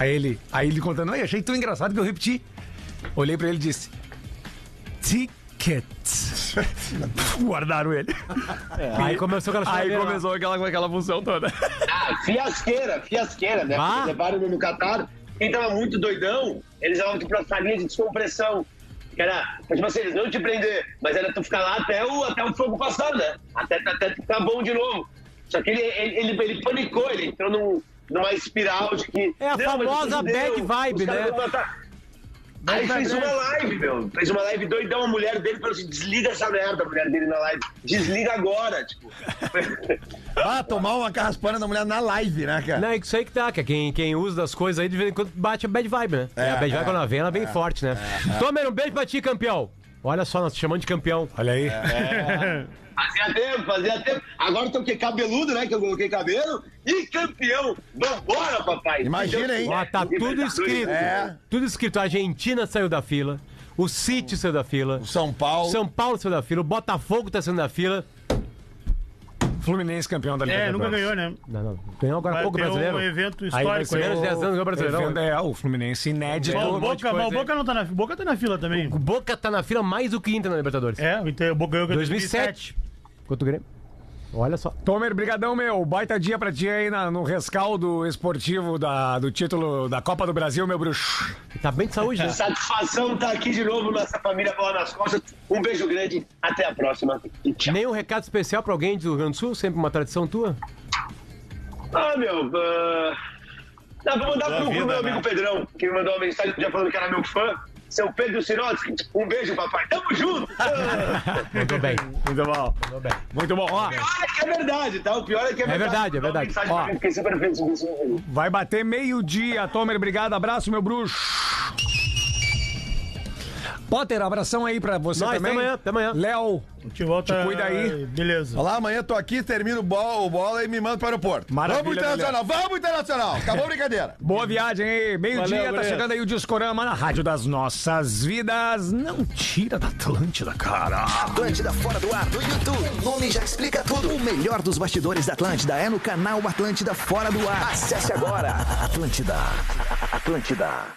Speaker 2: Aí ele, aí ele contando, "Ai, achei tão engraçado que eu repeti. Olhei pra ele e disse, (laughs) ticket. Guardaram ele.
Speaker 4: Aí começou aquela
Speaker 2: Aí
Speaker 4: choradeira lá.
Speaker 2: começou aquela, com aquela função toda.
Speaker 7: Ah, fiasqueira, fiasqueira, né?
Speaker 4: Ah.
Speaker 7: Levaram ele no Catar. Quem tava muito doidão, eles levavam tu pra salinha de descompressão. Que era, mas, tipo assim, eles não te prender, mas era tu ficar lá até o, até o fogo passar, né? Até, até tu ficar bom de novo. Só que ele, ele, ele, ele panicou, ele entrou num, numa espiral de que.
Speaker 4: É a
Speaker 7: "Não, mas
Speaker 4: famosa
Speaker 7: fudeu,
Speaker 4: bad
Speaker 7: os
Speaker 4: vibe,
Speaker 7: caras
Speaker 4: né?
Speaker 7: vão matar." Aí fez uma live, meu. Fez uma live doidão, a mulher dele falou assim: desliga essa merda, a mulher dele na live. Desliga agora, tipo.
Speaker 6: Ah, tomar uma carraspana da mulher na live, né, cara?
Speaker 4: Não, é isso aí que tá, que é quem, quem usa das coisas aí de vez em quando bate a bad vibe, né?
Speaker 6: É,
Speaker 4: a bad vibe
Speaker 6: é,
Speaker 4: quando ela vem, ela é bem forte, né? Tomer, um beijo pra ti, campeão. Olha só, nós te chamando de campeão.
Speaker 2: Olha aí.
Speaker 7: Fazia tempo, fazia tempo. Agora tô que cabeludo, né? Que eu coloquei cabelo. E campeão. Vambora, papai.
Speaker 6: Imagina, hein?
Speaker 4: Ó, tá tudo escrito.
Speaker 6: É.
Speaker 4: Tudo escrito. A Argentina saiu da fila. O City saiu da fila.
Speaker 6: São Paulo.
Speaker 4: São Paulo saiu da fila. O Botafogo tá saindo da fila.
Speaker 2: Fluminense campeão da
Speaker 3: É,
Speaker 2: Libertadores.
Speaker 3: nunca ganhou, né?
Speaker 4: Não, não. Ganhou agora há
Speaker 3: Vai
Speaker 4: pouco o
Speaker 3: ter um
Speaker 4: brasileiro.
Speaker 3: evento
Speaker 2: É Aí vai
Speaker 3: histórico.
Speaker 2: ser
Speaker 4: Primeiros
Speaker 2: o-
Speaker 4: 10 anos do Brasileirão.
Speaker 2: evento- É, o Fluminense inédito.
Speaker 3: Bom, o
Speaker 2: um monte de
Speaker 3: Boca, mas o
Speaker 2: coisa.
Speaker 3: Boca não tá na fila. Boca tá na fila também.
Speaker 4: O Boca tá na fila mais do que Inter na Libertadores.
Speaker 3: É, o Inter- o Boca ganhou em
Speaker 4: 2007. Quanto o Grêmio? Olha só.
Speaker 2: Tomer, brigadão, meu. Baita dia pra ti aí na- no rescaldo esportivo da, do título da Copa do Brasil, meu bruxo.
Speaker 4: Tá bem de
Speaker 7: (laughs)
Speaker 4: saúde, né?
Speaker 7: É. Satisfação tá aqui de novo, nossa família bola nas costas. Um beijo grande, até a próxima. E tchau.
Speaker 4: Nenhum recado especial pra alguém do Rio Grande do Sul? Sempre uma tradição tua?
Speaker 7: Ah, meu. ah, Não, vou mandar pro meu amigo Pedrão, que me mandou uma mensagem já falando que era meu fã. Seu Pedro Sirotsky, um beijo, papai. Tamo (laughs) junto! Ah,
Speaker 4: Mandou bem.
Speaker 2: Muito bom. Muito bom. Ó,
Speaker 7: o pior é que é verdade, tá? O pior é que é verdade.
Speaker 4: verdade, é
Speaker 7: Mandou uma
Speaker 4: verdade.
Speaker 7: mensagem pra mim, Fiquei super feliz com isso.
Speaker 2: vai bater meio-dia. Tomer, obrigado. Abraço, meu bruxo. Potter, abração aí pra você
Speaker 4: Nós,
Speaker 2: também.
Speaker 4: até amanhã, até amanhã.
Speaker 2: Léo,
Speaker 3: A gente volta.
Speaker 2: Te cuida aí.
Speaker 3: Beleza.
Speaker 6: Olá, Então amanhã tô aqui, termino o bol- o bola e me mando pro aeroporto.
Speaker 2: Maravilha,
Speaker 6: Vamos internacional, vamos internacional. Acabou a brincadeira.
Speaker 2: boa viagem aí. Meio-dia, tá chegando aí o Discorama na Rádio das Nossas Vidas. Não tira da Atlântida, cara.
Speaker 8: Atlântida fora do ar do YouTube. O nome já explica tudo. O melhor dos bastidores da Atlântida é no canal Atlântida fora do ar. Acesse agora. Atlântida. Atlântida.